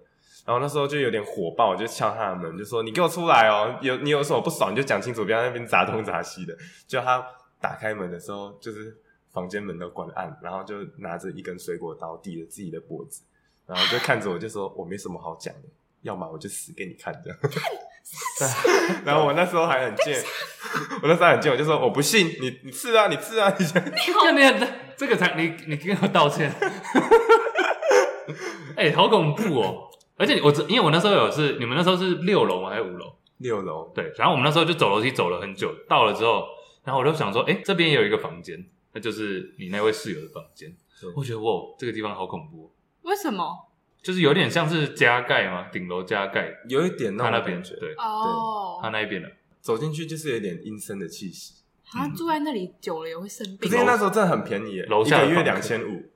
Speaker 3: 然后那时候就有点火爆，我就敲他的门，就说：“你给我出来哦！有你有什么不爽，你就讲清楚，不要在那边砸东砸西的。”就他打开门的时候，就是房间门都关暗，然后就拿着一根水果刀抵着自己的脖子，然后就看着我，就说：“我没什么好讲的，要么我就死给你看。”这样。然后我那时候还很贱，我那时候很贱，我就说我不信你，你刺啊，你刺啊，你就
Speaker 2: 看你的这个才你你跟我道歉， 哎、好恐怖哦！而且我只因为我那时候有是你们那时候是六楼吗？还是五楼？
Speaker 3: 六楼，
Speaker 2: 对，然后我们那时候就走楼梯走了很久，到了之后，然后我就想说，哎、这边也有一个房间，那就是你那位室友的房间
Speaker 3: 对。
Speaker 2: 我觉得哇，这个地方好恐怖哦，
Speaker 1: 为什么
Speaker 2: 就是有点像是加盖嘛，顶楼加盖，
Speaker 3: 有一点
Speaker 2: 他
Speaker 3: 那
Speaker 2: 那
Speaker 3: 种
Speaker 2: 边
Speaker 3: 感觉，
Speaker 2: 对，
Speaker 1: 哦
Speaker 2: 他。那一边的，
Speaker 3: 走进去就是有一点阴森的气息。
Speaker 1: 他
Speaker 2: 嗯
Speaker 1: 住在那里久了也会生
Speaker 3: 可
Speaker 1: 病
Speaker 3: 是因为那时候真的很便宜耶，
Speaker 2: 楼
Speaker 3: 一
Speaker 2: 下的
Speaker 3: 个月两
Speaker 2: 房
Speaker 3: 千
Speaker 2: 间
Speaker 3: 五，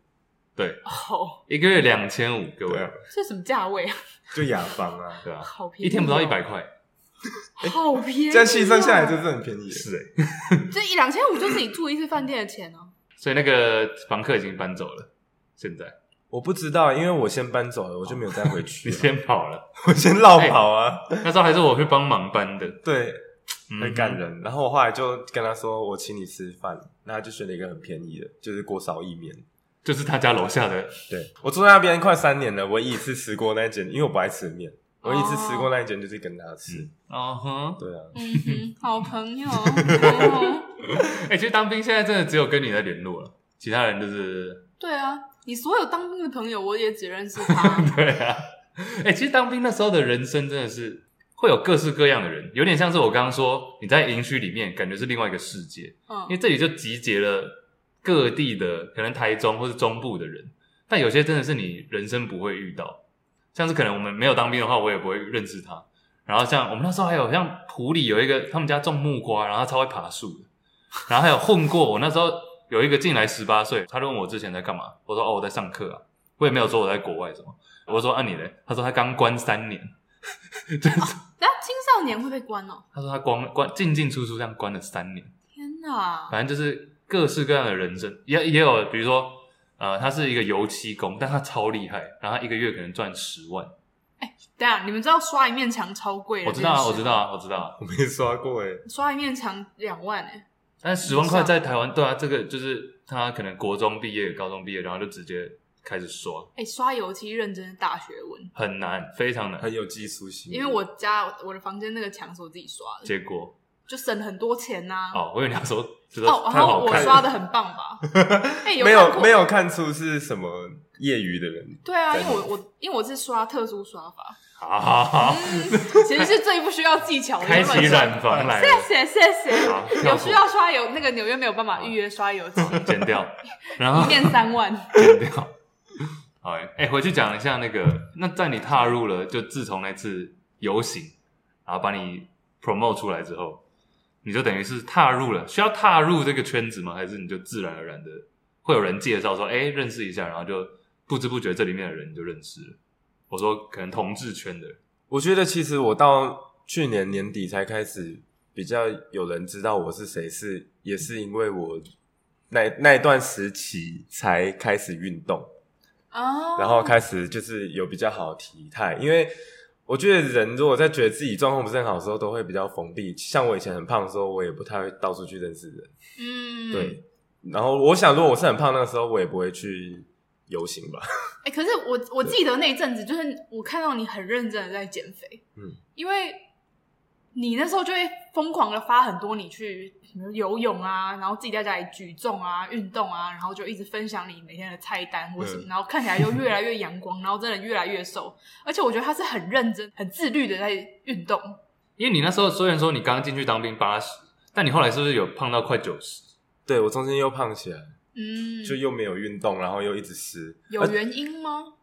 Speaker 2: 对，
Speaker 1: 哦，
Speaker 2: 一个月两千五，各位
Speaker 3: 对， 啊，
Speaker 1: 这什么价位啊？
Speaker 3: 就雅房啊，
Speaker 2: 对啊，
Speaker 1: 好便宜，哦
Speaker 2: 一天不到一百，哎块，
Speaker 1: 好便宜哦。
Speaker 3: 这样细算下来就是很便宜耶。
Speaker 2: 是哎、
Speaker 1: 这一两千五就是你住一次饭店的钱 哦。
Speaker 2: 所以那个房客已经搬走了，现在
Speaker 3: 我不知道，因为我先搬走了，我就没有再回去
Speaker 2: 你
Speaker 3: 了，
Speaker 2: 先跑了，
Speaker 3: 我先绕跑啊。
Speaker 2: 那时候还是我去帮忙搬的，
Speaker 3: 对，
Speaker 2: 哎嗯
Speaker 3: 很感。人。然后我后来就跟他说，我请你吃饭，那他就选了一个很便宜的，就是锅烧意面。
Speaker 2: 就是他家楼下的，
Speaker 3: 对我住在那边快三年了，唯一一次吃过那一间，因为我不爱吃面，唯一一次吃过那一间就是跟他吃。
Speaker 2: 哦哼，
Speaker 3: 对啊，
Speaker 1: 嗯哼，好朋 友。哦
Speaker 2: 哎、其实当兵现在真的只有跟你在联络了，其他人就是，
Speaker 1: 对啊，你所有当兵
Speaker 2: 。
Speaker 1: 的朋友，我也只认识他
Speaker 2: 对啊，哎、其实当兵那时候的人生真的是会有各式各样的人，有点像是我刚刚说你在营区里面，感觉是另外一个世界，因为
Speaker 1: 嗯，
Speaker 2: 这里就集结了各地的可能台中或是中部的人，但有些真的是你人生不会遇到，像是可能我们没有当兵的话，我也不会认识他。然后像我们那时候还有像普里有一个他们家种木瓜，然后他超会爬树的，然后还有混过我那时候有一个进来十八岁，他就问我之前在干嘛，我说哦我在上课啊，我也没有说我在国外什么，我说啊你嘞，他说他刚关三年，
Speaker 1: 等下青少年会被关哦，
Speaker 2: 他说他关关进进出出这样关了三年。
Speaker 1: 天哪！
Speaker 2: 反正就是各式各样的人生，也也有，比如说，呃，他是一个油漆工，但他超厉害，然后他一个月可能赚十万。
Speaker 1: 等下你们知道刷一面墙超贵的
Speaker 2: 我
Speaker 1: 这
Speaker 2: 知
Speaker 1: 件事
Speaker 2: 道
Speaker 1: 吗？
Speaker 2: 啊，我知道啊，我知道啊。
Speaker 3: 我没刷过哎、
Speaker 1: 刷一面墙两万哎、
Speaker 2: 但十万块在台湾，对啊，这个就是他可能国中毕业、高中毕业，然后就直接开始刷，
Speaker 1: 哎、刷油漆认真的大学问，
Speaker 2: 很难，非常难。
Speaker 3: 很有技术性。
Speaker 1: 因为我家我的房间那个墙是我自己刷的，
Speaker 2: 结果
Speaker 1: 就省很多钱呐、
Speaker 2: 哦，我以为你要说，就是
Speaker 1: 哦，
Speaker 2: 太
Speaker 1: 然后
Speaker 2: 好
Speaker 1: 我
Speaker 2: 看
Speaker 1: 刷
Speaker 2: 了。
Speaker 1: 的很棒吧？哎、
Speaker 3: 没
Speaker 1: 看过
Speaker 3: 有没有看出是什么业余的人，
Speaker 1: 对啊，因为我我因为我是刷特殊刷法，
Speaker 2: 好好好，
Speaker 1: 其实是最不需要技巧的。
Speaker 2: 开启
Speaker 1: 原本
Speaker 2: 染房来了，
Speaker 1: 谢谢谢谢。
Speaker 2: 好，
Speaker 1: 有需要刷油，那个纽约没有办法预约刷油漆，
Speaker 2: 剪掉，然后
Speaker 1: 一面三万。
Speaker 2: 剪掉。好哎、欸回去讲一下那个，那在你踏入了，就自从那次游行，然后把你 promote 出来之后，你就等于是踏入了，需要踏入这个圈子吗？还是你就自然而然的会有人介绍说，哎、认识一下，然后就不知不觉这里面的人你就认识了？我说可能同志圈的人，
Speaker 3: 我觉得其实我到去年年底才开始比较有人知道我是谁，是也是因为我那那一段时期才开始运动，
Speaker 1: 哦，
Speaker 3: 然后开始就是有比较好的体态，因为。我觉得人如果在觉得自己状况不是很好的时候，都会比较封闭。像我以前很胖的时候，我也不太会到处去认识人。
Speaker 1: 嗯，
Speaker 3: 对，然后我想，如果我是很胖那个时候，我也不会去游行吧。
Speaker 1: 哎、可是我我记得那一阵子，就是我看到你很认真的在减肥，
Speaker 3: 嗯，
Speaker 1: 因为你那时候就会疯狂的发很多你去什么游泳啊，然后自己在家里举重啊、运动啊，然后就一直分享你每天的菜单或什么，
Speaker 3: 嗯
Speaker 1: 然后看起来又越来越阳光，然后真的越来越瘦，而且我觉得他是很认真、很自律的在运动，
Speaker 2: 因为你那时候虽然说你刚进去当兵八十，但你后来是不是有胖到快九十？
Speaker 3: 对我中间又胖起来，
Speaker 1: 嗯，
Speaker 3: 就又呃没有运动，然后又一直吃。
Speaker 1: 有原因吗？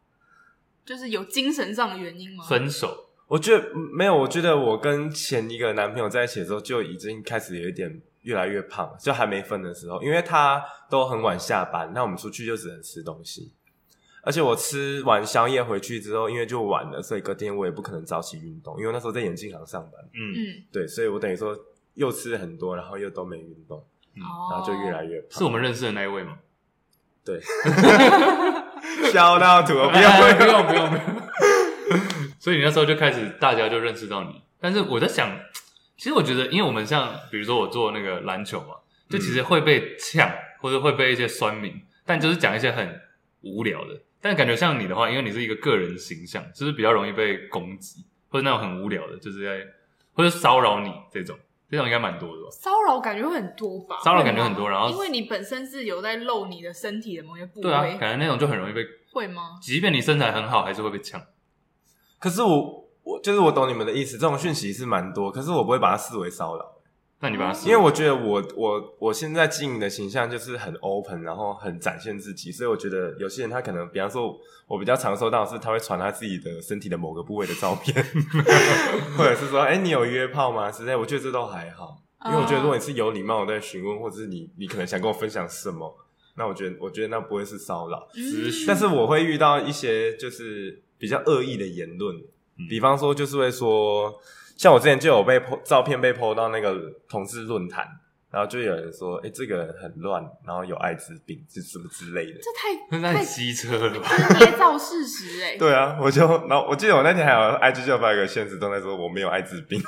Speaker 1: 就是有精神上的原因吗？
Speaker 2: 分手
Speaker 3: 我觉得嗯没有，我觉得我跟前一个男朋友在一起的时候就已经开始有一点越来越胖，就还没分的时候，因为他都很晚下班，那我们出去就只能吃东西。而且我吃完宵夜回去之后，因为就晚了，所以隔天我也不可能早起运动，因为我那时候在眼镜行上班，
Speaker 2: 嗯，
Speaker 1: 嗯，
Speaker 3: 对，所以我等于说又吃很多，然后又都没运动，
Speaker 2: 嗯
Speaker 1: 哦，
Speaker 3: 然后就越来越胖。
Speaker 2: 是我们认识的那一位吗？
Speaker 3: 笑到吐，不要
Speaker 2: 哎不用不用不用。所以你那时候就开始，大家就认识到你。但是我在想，其实我觉得，因为我们像比如说我做那个篮球嘛，就其实会被呛，或者会被一些酸民，但就是讲一些很无聊的。但感觉像你的话，因为你是一个个人形象，就是比较容易被攻击，或者那种很无聊的，就是在或者骚扰你这种，这种应该蛮多的吧？
Speaker 1: 骚扰感觉会很多吧？
Speaker 2: 骚扰感觉很多
Speaker 1: 会吗
Speaker 2: 然后
Speaker 1: 因为你本身是有在露你的身体的某些部
Speaker 2: 对啊，
Speaker 1: 位，
Speaker 2: 感觉那种就很容易被，
Speaker 1: 会吗？
Speaker 2: 即便你身材很好，还是会被呛。
Speaker 3: 可是我我就是我懂你们的意思，这种讯息是蛮多，可是我不会把它视为骚扰，
Speaker 2: 那你把它撕
Speaker 3: 因为我觉得我我我现在经营的形象就是很 open，然后很展现自己，所以我觉得有些人他可能，比方说我比较常收到的是他会传他自己的身体的某个部位的照片， 或者是说哎、你有约炮吗之类，我觉得这都还好，因为
Speaker 1: 啊
Speaker 3: 我觉得如果你是有礼貌的在询问，或者是你你可能想跟我分享什么，那我觉得我觉得那不会是骚扰。
Speaker 2: 咨询
Speaker 3: 但
Speaker 1: 嗯
Speaker 3: 是我会遇到一些就是比较恶意的言论，
Speaker 2: 嗯
Speaker 3: 比方说就是会说，像我之前就有被 po 照片被 po 到那个同志论坛，然后就有人说，哎、这个人很乱，然后有艾滋病，是什么之类的。
Speaker 1: 这太
Speaker 2: 那太机车了吧？
Speaker 1: 捏造事实哎、
Speaker 3: 对啊，我就然后我记得我那天还有 IG 就发一个现实动态说我没有艾滋病。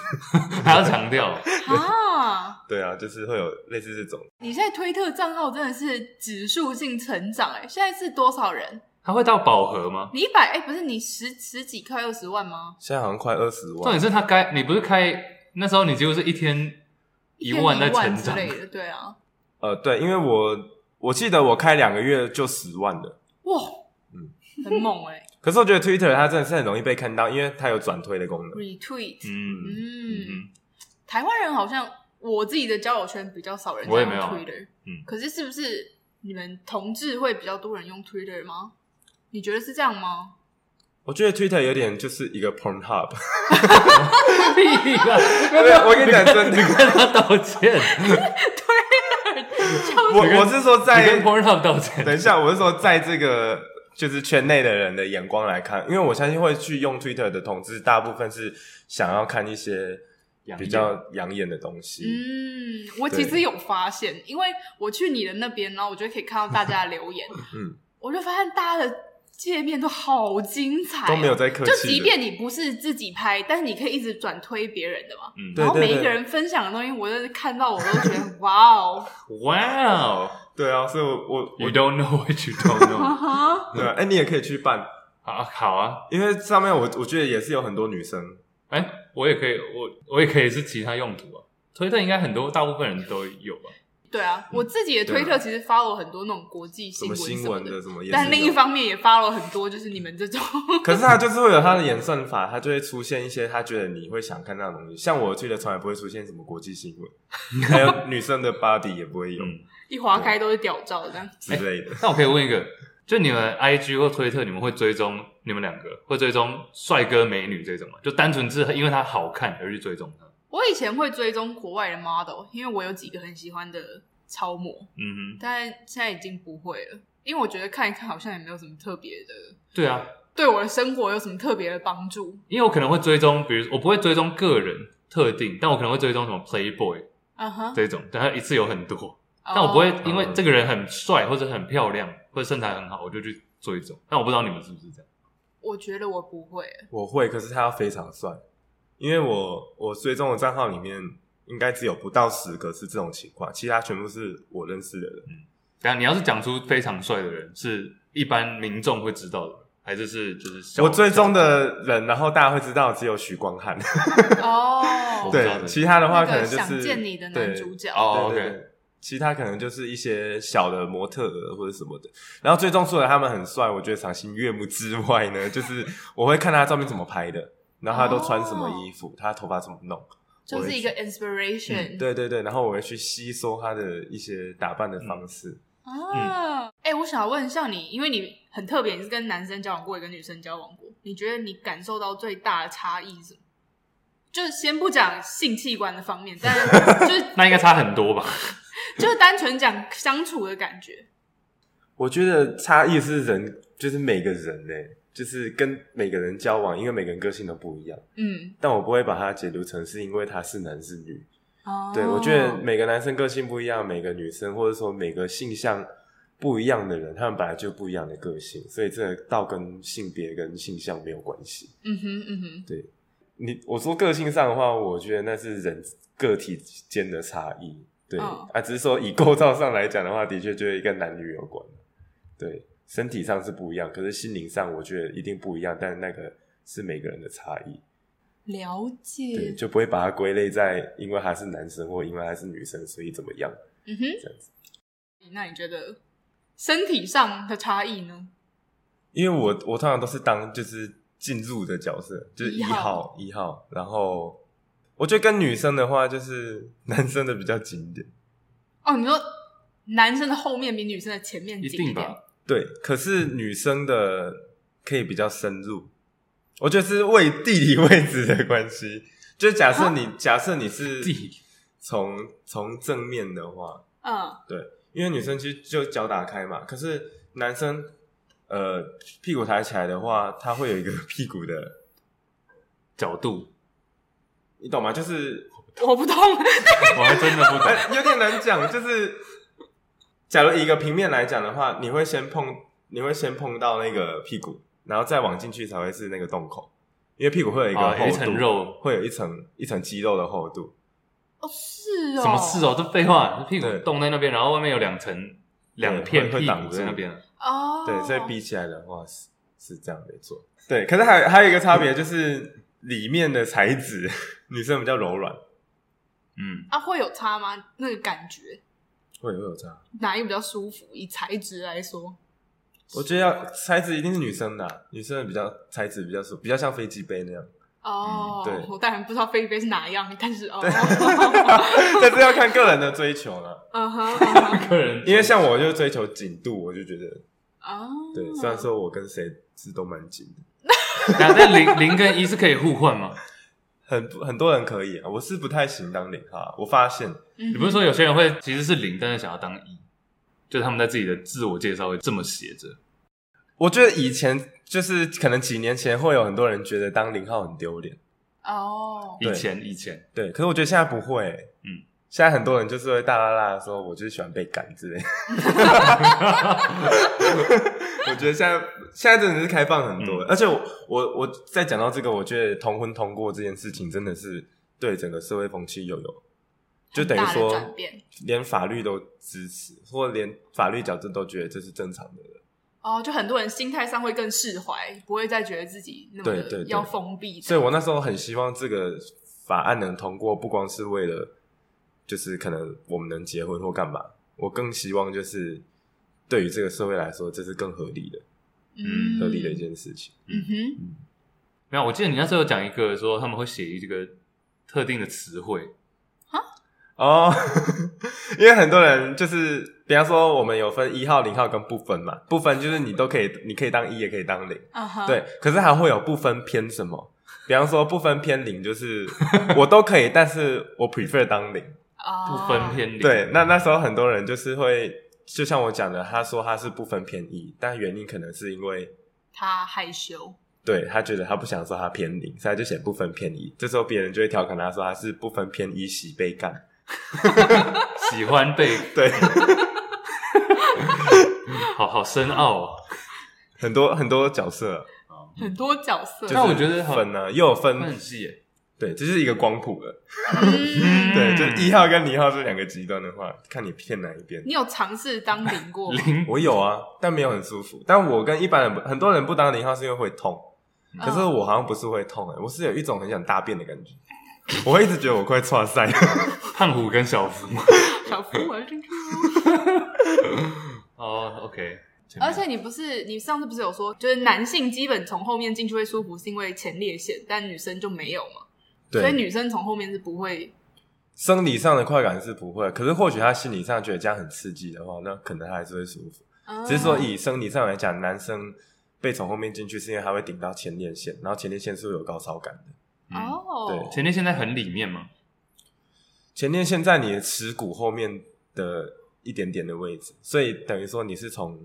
Speaker 2: 还要强调，
Speaker 1: 啊！
Speaker 3: 对啊，就是会有类似这种，
Speaker 1: 你现在推特账号真的是指数性成长哎、现在是多少人？
Speaker 2: 它会到饱和吗？
Speaker 1: 你一百哎，不是你十十几快二十万吗？
Speaker 3: 现在好像快二十
Speaker 2: 重点
Speaker 3: 万。
Speaker 2: 是它开，你不是开那时候你几乎是一天一万在
Speaker 1: 一
Speaker 2: 成
Speaker 1: 万之
Speaker 2: 长，
Speaker 1: 类的，对啊，
Speaker 3: 呃，对，因为我我记得我开两个月就十万了。
Speaker 1: 哇，
Speaker 3: 嗯
Speaker 1: 很猛哎、
Speaker 3: 可是我觉得 Twitter 它真的是很容易被看到，因为它有转推的功能。
Speaker 1: retweet，
Speaker 2: 嗯
Speaker 1: 嗯，
Speaker 2: 嗯
Speaker 1: 台湾人好像我自己的交友圈比较少人在
Speaker 2: 我也
Speaker 1: 用
Speaker 2: 没
Speaker 3: 啊
Speaker 2: 有
Speaker 1: Twitter，
Speaker 2: 嗯
Speaker 1: 可是是不是你们同志会比较多人用 Twitter 吗？你觉得是这样吗？
Speaker 3: 我觉得 Twitter 有点就是一个 Pornhub，
Speaker 2: 屁啦！
Speaker 3: 我跟你讲真的
Speaker 2: 你跟他道歉，
Speaker 3: 我我是说
Speaker 2: 你
Speaker 3: 在
Speaker 2: 跟 Pornhub 道歉。
Speaker 3: 等一下，我是说在这个就是圈内的人的眼光来看，因为我相信会去用 Twitter 的同志，大部分是想要看一些
Speaker 2: 养眼
Speaker 3: 比较养眼的东西。
Speaker 1: 嗯，我其实
Speaker 3: 对
Speaker 1: 有发现，因为我去你的那边，然后我就可以看到大家的留言，
Speaker 3: 嗯，
Speaker 1: 我就发现大家的界面都好精彩哦、
Speaker 3: 都没有在客气
Speaker 1: 就
Speaker 3: 的。
Speaker 1: 即便你不是自己拍，但是你可以一直转推别人的嘛。
Speaker 2: 嗯
Speaker 3: 对
Speaker 1: 然后每一个人分享的东西，我就是看到我都觉得哇 哦，
Speaker 2: Wow,
Speaker 3: 对啊，所以我我
Speaker 2: you don't know what you don't
Speaker 1: 啊
Speaker 2: know.
Speaker 1: 哈，
Speaker 3: 对啊，哎、你也可以去办，
Speaker 2: 啊，好啊，
Speaker 3: 因为上面我我觉得也是有很多女生，
Speaker 2: 哎、我也可以，我我也可以是其他用途啊。推特应该很多，大部分人都有吧？
Speaker 1: 对啊，我自己的推特其实发了很多那种国际
Speaker 3: 嗯什
Speaker 1: 新
Speaker 3: 么
Speaker 1: 闻
Speaker 3: 新
Speaker 1: 什么
Speaker 3: 闻的，什么也是有，
Speaker 1: 但另一方面也发了很多就是你们这 种，
Speaker 3: 可是它就是会有它的演算法，它就会出现一些他觉得你会想看到的东西。像我记得从来不会出现什么国际 新闻，还有女生的 body 也不会有
Speaker 2: 嗯。
Speaker 1: 一划开都是屌照这样。
Speaker 3: 之类的。
Speaker 2: 那我可以问一个，就你们 IG 或推特，你们会追踪你们两个会追踪帅哥美女这种吗？就单纯是因为他好看而去追踪他？
Speaker 1: 我以前会追踪国外的 model，因为我有几个很喜欢的超模，
Speaker 2: 嗯哼，
Speaker 1: 但现在已经不会了，因为我觉得看一看好像也没有什么特别的，
Speaker 2: 对啊，
Speaker 1: 对我的生活有什么特别的帮助
Speaker 2: 因为我可能会追踪，比如我不会追踪个人特定，但我可能会追踪什么 Playboy
Speaker 1: 啊哈。哦
Speaker 2: 这种，但他一次有很多。
Speaker 1: 但
Speaker 2: 哦但我不会因为这个人很帅或者很漂亮或者身材很好，我就去追踪。但我不知道你们是不是这样。
Speaker 1: 我觉得我不会，
Speaker 3: 我会，可是他要非常帅，因为我我追踪的账号里面应该只有不到十个是这种情况，其他全部是我认识的人。
Speaker 2: 等一下你要是讲出非常帅的人，是一般民众会知道的，还是是就是小
Speaker 3: 我追踪的人，然后大家会知道只有许光汉，
Speaker 1: 哦
Speaker 2: 对
Speaker 3: 对，其他的话
Speaker 1: 那
Speaker 3: 可能
Speaker 1: 个
Speaker 3: 就
Speaker 1: 想
Speaker 3: 是
Speaker 1: 见你的男主角，
Speaker 2: 哦
Speaker 3: 对对
Speaker 2: OK
Speaker 3: 对其他可能就是一些小的模特儿或者什么的，然后最终除了他们很帅，我觉得赏心悦目之外呢， 就是我会看他照片怎么拍的，然后他都穿什么衣服，他头发怎么弄，
Speaker 1: 就是一个 inspiration。
Speaker 3: 嗯对对对，然后我会去吸收他的一些打扮的方式。
Speaker 1: 啊，哎、我想问一下你，因为你很特别，你是跟男生交往过，也跟女生交往过，你觉得你感受到最大的差异是什么？就是先不讲性器官的方面，但是就是
Speaker 2: 那应该差很多吧？
Speaker 1: 就是单纯讲相处的感觉。
Speaker 3: 我觉得差异是人，就是每个人嘞、就是跟每个人交往，因为每个人个性都不一样，
Speaker 1: 嗯，
Speaker 3: 但我不会把它解读成是因为他是男是女，
Speaker 1: 哦
Speaker 3: 对，我觉得每个男生个性不一样，每个女生或者说每个性向不一样的人，他们本来就不一样的个性，所以这个倒跟性别跟性向没有关系。
Speaker 1: 嗯哼嗯哼，
Speaker 3: 你我说个性上的话，我觉得那是人个体间的差异。对、
Speaker 1: 嗯
Speaker 3: 啊，只是说以构造上来讲的话，的确就是跟男女有关。对，身体上是不一样，可是心灵上我觉得一定不一样，但那个是每个人的差异。
Speaker 1: 了
Speaker 3: 对，
Speaker 1: 解。
Speaker 3: 就不会把它归类在因为他是男生或因为他是女生，所以怎么样
Speaker 1: 嗯哼，
Speaker 3: 这样子。
Speaker 1: 那你觉得身体上的差异呢？
Speaker 3: 因为我我通常都是当就是进入的角色，就是
Speaker 1: 一
Speaker 3: 一
Speaker 1: 号
Speaker 3: 号一号，然后我觉得跟女生的话，就是男生的比较紧一点。
Speaker 1: 哦，你说男生的后面比女生的前面
Speaker 2: 一
Speaker 1: 紧点
Speaker 2: 定吧？
Speaker 3: 对，可是女生的可以比较深入，我觉得是为地理位置的关系。就假设你假设你是
Speaker 2: 地理
Speaker 3: 从从正面的话，
Speaker 1: 嗯，
Speaker 3: 因为女生其实就脚打开嘛，可是男生呃屁股抬起来的话，他会有一个 屁股的，
Speaker 2: 角度，
Speaker 3: 你懂吗？就是
Speaker 1: 我不懂。
Speaker 2: 我还真的不懂。
Speaker 3: 呃，有点难讲，就是假如以一个平面来讲的话，你会先碰，你会先碰到那个屁股，然后再往进去才会是那个洞口，因为屁股会有一个
Speaker 2: 啊
Speaker 3: 厚度，
Speaker 2: 有一层肉
Speaker 3: 会有一层一层肌肉的厚度。
Speaker 1: 哦，是哦，
Speaker 2: 什么事哦？这废话，这屁股
Speaker 3: 对
Speaker 2: 冻在那边，然后外面有两层两片
Speaker 3: 会
Speaker 2: 屁
Speaker 3: 会挡
Speaker 2: 股
Speaker 3: 住
Speaker 2: 在那边 啊。
Speaker 1: 哦，
Speaker 3: 对，所以比起来的话是是这样没错。对，可是还有还有一个差别就是里面的材质，女生比较柔软，
Speaker 2: 嗯，
Speaker 1: 啊，会有差吗？那个感觉
Speaker 3: 会会有差。
Speaker 1: 哪一个比较舒服？以材质来说，
Speaker 3: 我觉得要材质一定是女生的啊、女生的比较材质比较是比较像飞机杯那样，
Speaker 1: 哦，
Speaker 3: 嗯对
Speaker 1: 我当然不知道飞机杯是哪样，但是哦，
Speaker 3: 但是要看个人的追求了。
Speaker 1: 嗯哼，嗯哼
Speaker 2: 个 人
Speaker 3: 因为像我就追求紧度，我就觉得
Speaker 1: 哦，
Speaker 3: 对，虽然说我跟谁是都蛮紧的，
Speaker 2: 啊，但零零跟一是可以互换吗？
Speaker 3: 很很多人可以啊，我是不太行当零哈。我发现
Speaker 1: 你
Speaker 2: 你不是说有些人会其实是零，但是想要当一，就是他们在自己的自我介绍会这么写着。
Speaker 3: 我觉得以前就是可能几年前会有很多人觉得当零号很丢脸，
Speaker 1: 哦，
Speaker 2: 以
Speaker 3: 对
Speaker 2: 前以前，
Speaker 3: 对，可是我觉得现在不会、
Speaker 2: 嗯
Speaker 3: 嗯，现在很多人就是会大啦啦地说，我就是喜欢被赶之类的。 我觉得现在现在真的是开放很多了，而且我我我在讲到这个，我觉得同婚通过这件事情真的是对整个社会风气又有，就等于
Speaker 1: 很大的
Speaker 3: 说
Speaker 1: 转变
Speaker 3: 连法律都支持，或连法律矫正都觉得这是正常的了。
Speaker 1: 哦，就很多人心态上会更释怀，不会再觉得自己那么
Speaker 3: 对对
Speaker 1: 的
Speaker 3: 对
Speaker 1: 要封闭。
Speaker 3: 所以我那时候很希望这个法案能通过，不光是为了就是可能我们能结婚或干嘛，我更希望就是对于这个社会来说，这是更合理的、
Speaker 2: 嗯
Speaker 3: 合理的一件事情。
Speaker 1: 嗯哼，
Speaker 2: 没有，我记得你那时候有讲一个说他们会写一个特定的词汇，
Speaker 3: 哦， 因为很多人就是，比方说我们有分一号、零号跟不分嘛，不分就是你都可以，你可以当一，也可以当零。
Speaker 1: 啊哈，
Speaker 3: 对，可是还会有不分偏什么，比方说不分偏零，就是我都可以，但是我 prefer 当零。
Speaker 1: 啊，
Speaker 2: 不分偏零。
Speaker 3: 对，那那时候很多人就是会，就像我讲的，他说他是不分偏一，但原因可能是因为
Speaker 1: 他害羞，
Speaker 3: 对他觉得他不想说他偏零，所以他就写不分偏一。这时候别人就会调侃他说他是不分偏一喜被干。
Speaker 2: 喜欢被
Speaker 3: 对，
Speaker 2: 好好深奥、哦。
Speaker 3: 很多很多角色，
Speaker 1: 很多角色
Speaker 3: 就。是
Speaker 2: 那我觉得好
Speaker 3: 分呢、又有
Speaker 2: 那很
Speaker 3: 分，
Speaker 2: 细耶。
Speaker 3: 对，这是一个光谱了。
Speaker 1: 嗯
Speaker 3: 对，就一号跟零号这两个极端的话，看你偏哪一边。
Speaker 1: 你有尝试当零过吗？
Speaker 2: 零，
Speaker 3: 我有啊，但没有很舒服。但我跟一般人不，很多人不当零号是因为会痛，可是我好像不是会痛、欸，我是有一种很想大便的感觉。我会一直觉得我快岔赛，
Speaker 2: 胖虎跟小夫。
Speaker 1: 小夫我要进去了。
Speaker 2: 哦，OK。
Speaker 1: 而且你不是你上次不是有说，就是男性基本从后面进去会舒服，是因为前列腺，但女生就没有嘛，所以女生从后面是不会。
Speaker 3: 生理上的快感是不会，可是或许他心理上觉得这样很刺激的话，那可能他还是会舒服。只是说
Speaker 1: 嗯
Speaker 3: 以生理上来讲，男生被从后面进去是因为他会顶到前列腺，然后前列腺是会有高潮感的。
Speaker 2: 嗯，
Speaker 1: 哦，
Speaker 2: 前列腺在很里面嘛，
Speaker 3: 前列腺在你的耻骨后面的一点点的位置，所以等于说你是从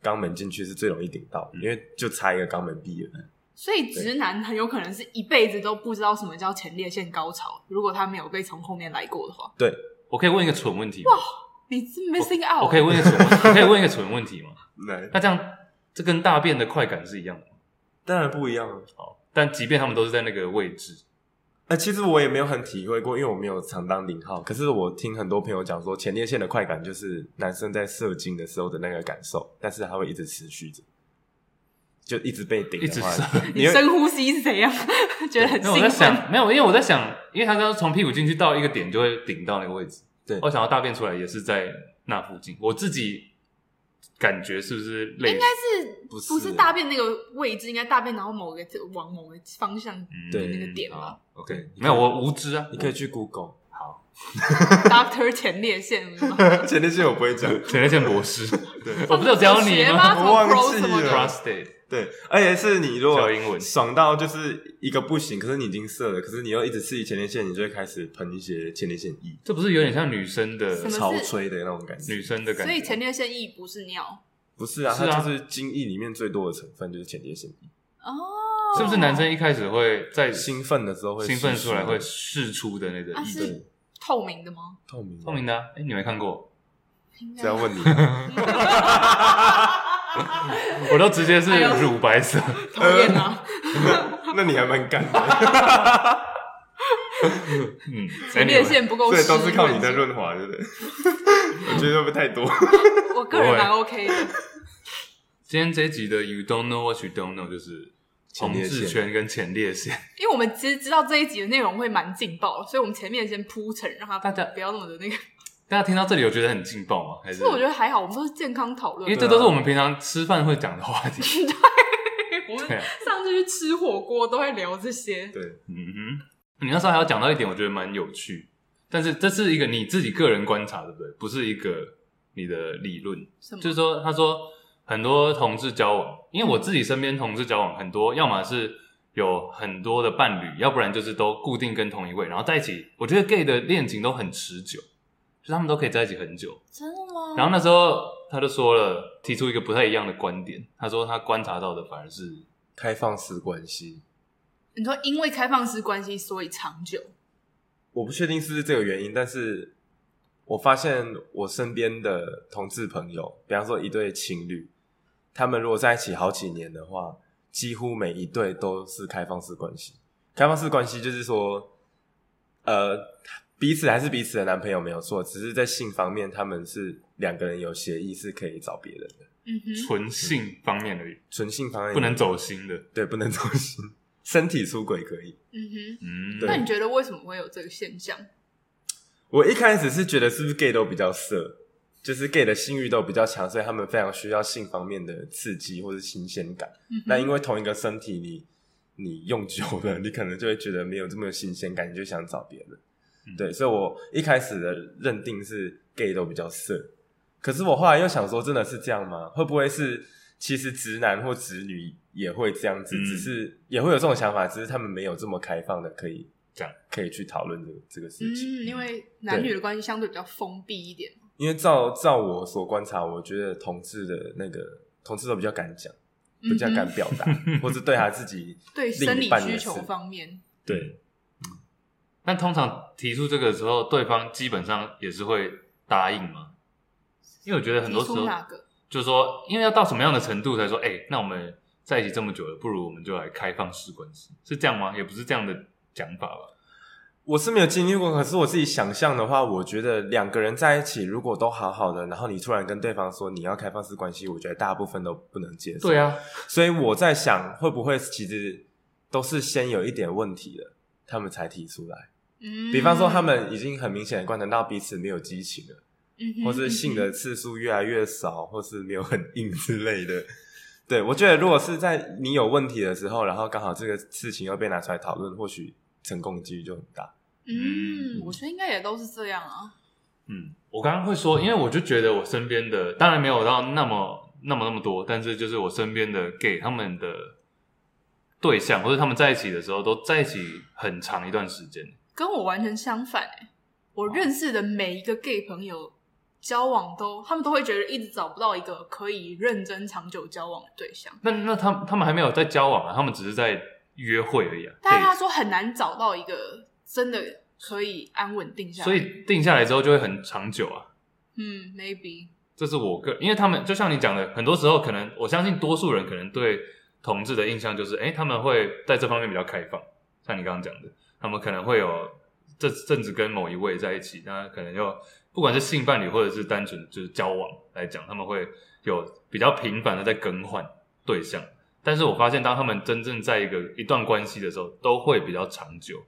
Speaker 3: 肛门进去是最容易顶到，
Speaker 2: 嗯
Speaker 3: 因为就差一个肛门壁了。
Speaker 1: 所以直男很有可能是一辈子都不知道什么叫前列腺高潮，如果他没有被从后面来过的话，
Speaker 3: 对，
Speaker 2: 我可以问一个蠢问题吗？
Speaker 1: 你是
Speaker 2: 哦
Speaker 1: missing out。
Speaker 2: 我可以问一个蠢问，我可以问一个蠢问题吗？
Speaker 3: 来，
Speaker 2: 那这样，这跟大便的快感是一样的吗？
Speaker 3: 当然不一样啊了。
Speaker 2: 哦，但即便他们都是在那个位置，
Speaker 3: 呃，其实我也没有很体会过，因为我没有常当零号。可是我听很多朋友讲说，前列腺的快感就是男生在射精的时候的那个感受，但是它会一直持续着，就一直被顶
Speaker 2: 一直
Speaker 3: 的话，
Speaker 2: 射
Speaker 1: 你
Speaker 3: 你会
Speaker 1: 深呼吸是怎样？觉得很
Speaker 2: 那我在
Speaker 1: 兴奋。
Speaker 2: 想，没有，因为我在想，因为他刚刚从屁股进去到一个点就会顶到那个位置。
Speaker 3: 对
Speaker 2: 我想要大便出来也是在那附近，我自己感觉是不是类
Speaker 1: 应该是
Speaker 3: 不是
Speaker 1: 不是大便那个位置？应该大便然后某个往某个方向的
Speaker 2: 嗯
Speaker 3: 对
Speaker 1: 那个点吧。
Speaker 2: o k
Speaker 3: 你
Speaker 2: 没有，我无知啊，
Speaker 3: 你可以去 Google
Speaker 1: ？Doctor 前列 腺有没有
Speaker 3: 前列腺，我不会讲。
Speaker 2: 前列腺 博士，我不是有只有你
Speaker 1: 学
Speaker 2: 吗
Speaker 1: 吗？
Speaker 3: 我忘记
Speaker 1: 什么 pro 什么
Speaker 3: 了
Speaker 1: 的
Speaker 2: Prostate，
Speaker 3: 对，而且是你如果
Speaker 2: 教英文
Speaker 3: 爽到就是一个不行，可是你已经射了，可是你又一直刺激前列腺，你就会开始喷一些前列腺液，
Speaker 2: 这不是有点像女生的
Speaker 1: 什么是
Speaker 3: 潮吹的那种感觉。
Speaker 2: 女生的感
Speaker 1: 所
Speaker 2: 觉？
Speaker 1: 以前列腺液不是尿
Speaker 3: 不是啊，
Speaker 2: 是啊
Speaker 3: 它就是精液里面最多的成分就是前列腺液。
Speaker 1: 哦，
Speaker 2: 是不是男生一开始会在
Speaker 3: 兴奋的时候会
Speaker 2: 兴奋出来会
Speaker 3: 湿
Speaker 2: 释出的那个
Speaker 1: 啊
Speaker 2: 液
Speaker 1: 是
Speaker 2: 体？
Speaker 3: 对
Speaker 1: 透明的吗？
Speaker 3: 湿透明的
Speaker 2: 透明的、啊，哎、你没 看过？
Speaker 3: 这要问你，啊
Speaker 2: 我都直接是
Speaker 1: 哎呦
Speaker 2: 乳白色，
Speaker 1: 讨厌啊！
Speaker 3: 那你还蛮敢的，
Speaker 2: 嗯，
Speaker 1: 前列腺不够
Speaker 3: 呃所
Speaker 1: 湿
Speaker 3: 以都是靠你在。润滑， 对不对？我觉得会不会太多？
Speaker 1: 我个人蛮 OK 的，
Speaker 2: 今天这一集的 You don't know what you don't know 就是同
Speaker 3: 前列腺
Speaker 2: 志圈跟前列腺，
Speaker 1: 因为我们其实知道这一集的内容会蛮劲爆的，所以我们前面先铺陈，让他
Speaker 2: 大家
Speaker 1: 不要那么的那个。
Speaker 2: 大家听到这里有觉得很劲爆吗？还是
Speaker 1: 其实我觉得还好，我们都是健康讨论
Speaker 2: 因为。这都是我们平常吃饭会讲的 话题。
Speaker 1: 我们
Speaker 2: 对啊
Speaker 1: 上次去吃火锅都会聊这些，
Speaker 3: 对，
Speaker 2: 嗯哼，你那时候还有讲到一点，我觉得蛮有趣，但是这是一个你自己个人观察，对不对？不是一个你的理论，
Speaker 1: 什么
Speaker 2: 就是说，他说很多同志交往，因为我自己身边同志交往很多，要么是有很多的伴侣，要不然就是都固定跟同一位，然后在一起。我觉得 gay 的恋情都很持久，就是他们都可以在一起很久。
Speaker 1: 真的吗？
Speaker 2: 然后那时候他就说了，提出一个不太一样的观点，他说他观察到的反而是
Speaker 3: 开放式关系，
Speaker 1: 你说因为开放式关系所以长久，
Speaker 3: 我不确定是不是这个原因，但是我发现我身边的同志朋友，比方说一对情侣，他们如果在一起好几年的话，几乎每一对都是开放式关系。开放式关系就是说，呃，彼此还是彼此的男朋友没有错，只是在性方面他们是两个人有协议是可以找别人的，
Speaker 1: 嗯哼，
Speaker 2: 纯性方面而已，
Speaker 3: 纯性方面
Speaker 2: 不能走心的。
Speaker 3: 对不能走心，身体出轨可以。
Speaker 1: 嗯哼。
Speaker 2: 嗯，
Speaker 3: 对
Speaker 1: 那你觉得为什么会有这个现象？
Speaker 3: 我一开始是觉得是不是 gay 都比较色，就是 gay 的性欲都比较强，所以他们非常需要性方面的刺激或是新鲜感。
Speaker 1: 嗯
Speaker 3: 那
Speaker 1: 哼，
Speaker 3: 因为同一个身体你，你用久了，你可能就会觉得没有这么有新鲜感，你就想找别人。
Speaker 2: 嗯
Speaker 3: 对，所以我一开始的认定是 gay 都比较色，可是我后来又想说，真的是这样吗？会不会是其实直男或直女也会这样子，
Speaker 2: 嗯
Speaker 3: 只是也会有这种想法，只是他们没有这么开放的可以
Speaker 2: 这样
Speaker 3: 可以去讨论这个这个事情。
Speaker 1: 嗯，因为男女的关系相对比较封闭一点。
Speaker 3: 因为照照我所观察，我觉得同志的那个同志都比较敢讲，比较敢
Speaker 1: 嗯哼
Speaker 3: 表 达，或是对他自己
Speaker 1: 对
Speaker 3: 另
Speaker 1: 生
Speaker 3: 一
Speaker 1: 理
Speaker 3: 半
Speaker 1: 需
Speaker 3: 也
Speaker 1: 求
Speaker 3: 是
Speaker 1: 方面，
Speaker 3: 对
Speaker 2: 那通常提出这个时候，对方基本上也是会答应吗？因为我觉得很
Speaker 1: 提
Speaker 2: 多时
Speaker 1: 出
Speaker 2: 候
Speaker 1: 哪个？
Speaker 2: 就是说，因为要到什么样的程度才说，哎、那我们在一起这么久了，不如我们就来开放式关系，是这样吗？也不是这样的讲法吧？
Speaker 3: 我是没有经历过，可是我自己想象的话，我觉得两个人在一起如果都好好的，然后你突然跟对方说你要开放式关系，我觉得大部分都不能接受。
Speaker 2: 对，啊，
Speaker 3: 所以我在想，会不会其实都是先有一点问题了，他们才提出来。
Speaker 1: 嗯，
Speaker 3: 比方说，他们已经很明显的观察到彼此没有激情了。
Speaker 1: 嗯哼，
Speaker 3: 或是性的
Speaker 1: 嗯
Speaker 3: 次数越来越少，或是没有很硬之类的。对，我觉得如果是在你有问题的时候，然后刚好这个事情又被拿出来讨论，或许成功几率就很大。
Speaker 1: 哼，嗯，我觉得应该也都是这样啊。
Speaker 2: 嗯，我刚刚会说，因为我就觉得我身边的，当然没有到那么那么那么多，但是就是我身边的 gay 他们的对象，或者他们在一起的时候，都在一起很长一段时间。
Speaker 1: 跟我完全相反、欸、我认识的每一个 gay 朋友交往都，他们都会觉得一直找不到一个可以认真长久交往的对象。
Speaker 2: 那那他们他们还没有在交往啊，他们只是在约会而已啊。
Speaker 1: 但是
Speaker 2: date
Speaker 1: 他说很难找到一个真的可以安稳定下来，
Speaker 2: 所以定下来之后就会很长久啊。
Speaker 1: 嗯，maybe
Speaker 2: 这是我个，因为他们就像你讲的，很多时候可能我相信多数人可能对同志的印象就是，哎、他们会在这方面比较开放，像你刚刚讲的，他们可能会有这阵子跟某一位在一起，那可能就不管是性伴侣或者是单纯就是交往来讲，他们会有比较频繁的在更换对象。但是我发现，当他们真正在一个一段关系的时候，都会比较长久。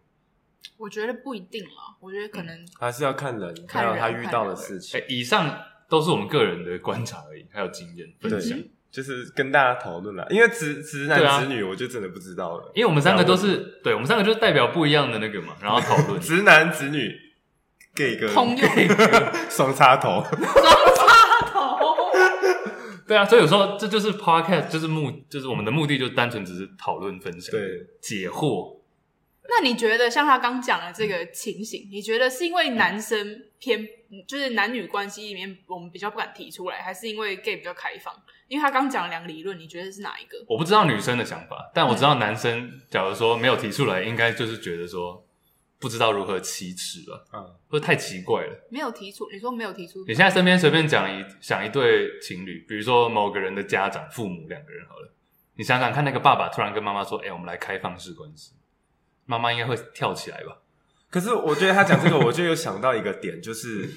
Speaker 1: 我觉得不一定啦，我觉得可能
Speaker 3: 还是要看人，
Speaker 1: 看
Speaker 3: 还有
Speaker 1: 人
Speaker 3: 他遇到的
Speaker 1: 看人
Speaker 3: 事
Speaker 2: 哎、
Speaker 3: 情，
Speaker 2: 以上都是我们个人的观察而已，还有经验分享。
Speaker 3: 对就是跟大家讨论啦。因为直直
Speaker 2: 嗯对啊
Speaker 3: 男直女，我就真的不知道了。
Speaker 2: 因为我们三个都是，对我们三个就是代表不一样的那个嘛，然后讨 论
Speaker 3: 直男直女，gay 跟
Speaker 1: 通用
Speaker 3: 双插头，
Speaker 1: 头。
Speaker 2: 对啊，所以有时候这就是 podcast，就是目，就是我们的目的，就单纯只是讨论分享，
Speaker 3: 对，
Speaker 2: 解惑。
Speaker 1: 那你觉得像他刚讲的这个情形，你觉得是因为男生偏，就是男女关系里面我们比较不敢提出来，还是因为 gay 比较开放？因为他刚讲了两个理论，你觉得是哪一个？
Speaker 2: 我不知道女生的想法，但我知道男生，假如说没有提出来，应该就是觉得说不知道如何启齿了，
Speaker 3: 嗯，
Speaker 2: 或者太奇怪了。
Speaker 1: 没有提出，你说没有提出，
Speaker 2: 你现在身边随便讲一想一对情侣，比如说某个人的家长、父母两个人好了，你想想看，那个爸爸突然跟妈妈说：“哎、我们来开放式关系。”妈妈应该会跳起来吧？
Speaker 3: 可是我觉得他讲这个，我就有想到一个点，就是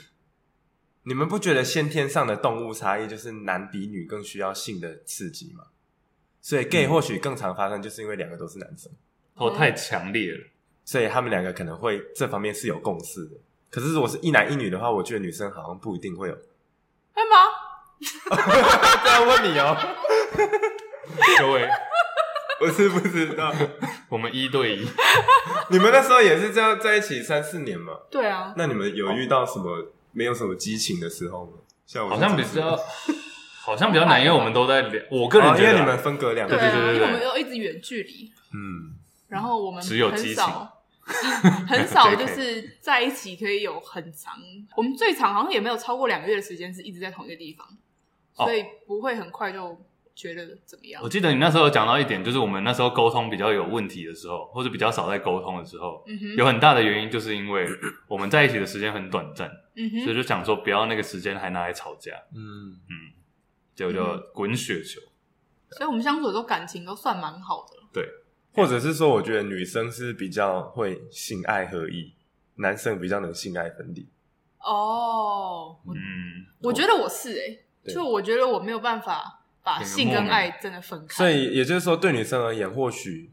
Speaker 3: 你们不觉得先天上的动物差异，就是男比女更需要性的刺激吗？所以
Speaker 2: 嗯
Speaker 3: gay 或许更常发生，就是因为两个都是男生，
Speaker 2: 哦，太强烈了。
Speaker 3: 所以他们两个可能会这方面是有共识的。可是如果是一男一女的话，我觉得女生好像不一定会有。
Speaker 1: 会吗？
Speaker 3: 这样问你哦、
Speaker 2: 各位，
Speaker 3: 我是不知道。
Speaker 2: 我们一对一，
Speaker 3: 你们那时候也是这样在一起三四年嘛？
Speaker 1: 对啊，
Speaker 3: 那你们有遇到什么没有什么激情的时候吗？像我
Speaker 2: 好
Speaker 3: 是
Speaker 2: 像比较，好像比较难，因为我们都在聊。我个人
Speaker 3: 哦因
Speaker 2: 觉
Speaker 3: 为
Speaker 2: 得
Speaker 3: 你
Speaker 2: 啊，
Speaker 3: 们分隔两
Speaker 1: 对
Speaker 3: 地，
Speaker 1: 啊，
Speaker 2: 对对对对
Speaker 1: 因为我们又一直远距离，
Speaker 3: 嗯，
Speaker 1: 然后我们
Speaker 2: 只有
Speaker 1: 很
Speaker 2: 激
Speaker 1: 少，很少
Speaker 2: JK
Speaker 1: 就是在一起可以有很长，我们最长好像也没有超过两个月的时间是一直在同一个地方，
Speaker 2: 哦
Speaker 1: 所以不会很快就觉得怎么样
Speaker 2: 我。记得你那时候有讲到一点，就是我们那时候沟通比较有问题的时候，或者比较少在沟通的时候，
Speaker 1: 嗯哼，
Speaker 2: 有很大的原因就是因为我们在一起的时间很短暂，
Speaker 1: 嗯
Speaker 2: 所
Speaker 1: 哼，
Speaker 2: 以就想说不要那个时间还拿来吵架，
Speaker 3: 嗯，
Speaker 2: 结
Speaker 1: 嗯
Speaker 2: 果就滚雪球。
Speaker 1: 所以我们相处的时候感情都算蛮好的了。
Speaker 3: 或者是说，我觉得女生是比较会性爱合一，男生比较能性爱分离。
Speaker 1: 哦，我
Speaker 2: 嗯，
Speaker 1: 我觉得我是哎、
Speaker 3: 对
Speaker 1: 就我觉得我没有办法把性跟爱真的分开，
Speaker 3: 所以也就是说，对女生而言，或许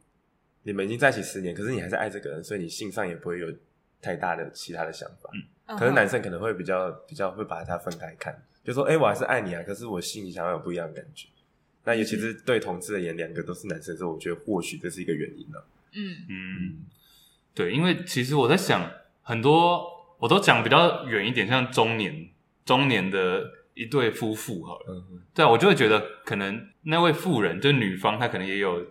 Speaker 3: 你们已经在一起十年，可是你还是爱这个人，所以你性上也不会有太大的其他的想法。
Speaker 1: 嗯哼
Speaker 3: 可是男生可能会比较比较会把它分开看，就说：“哎、我还是爱你啊，可是我心里想要有不一样的感觉。”那尤其是对同志而言，两个都是男生的时候，我觉得或许这是一个原因呢、啊
Speaker 1: 嗯
Speaker 2: 嗯，对，因为其实我在想，很多我都讲比较远一点，像中年中年的一对夫妇好了，
Speaker 3: 嗯，
Speaker 2: 对啊，我就会觉得可能那位妇人就是女方，她可能也有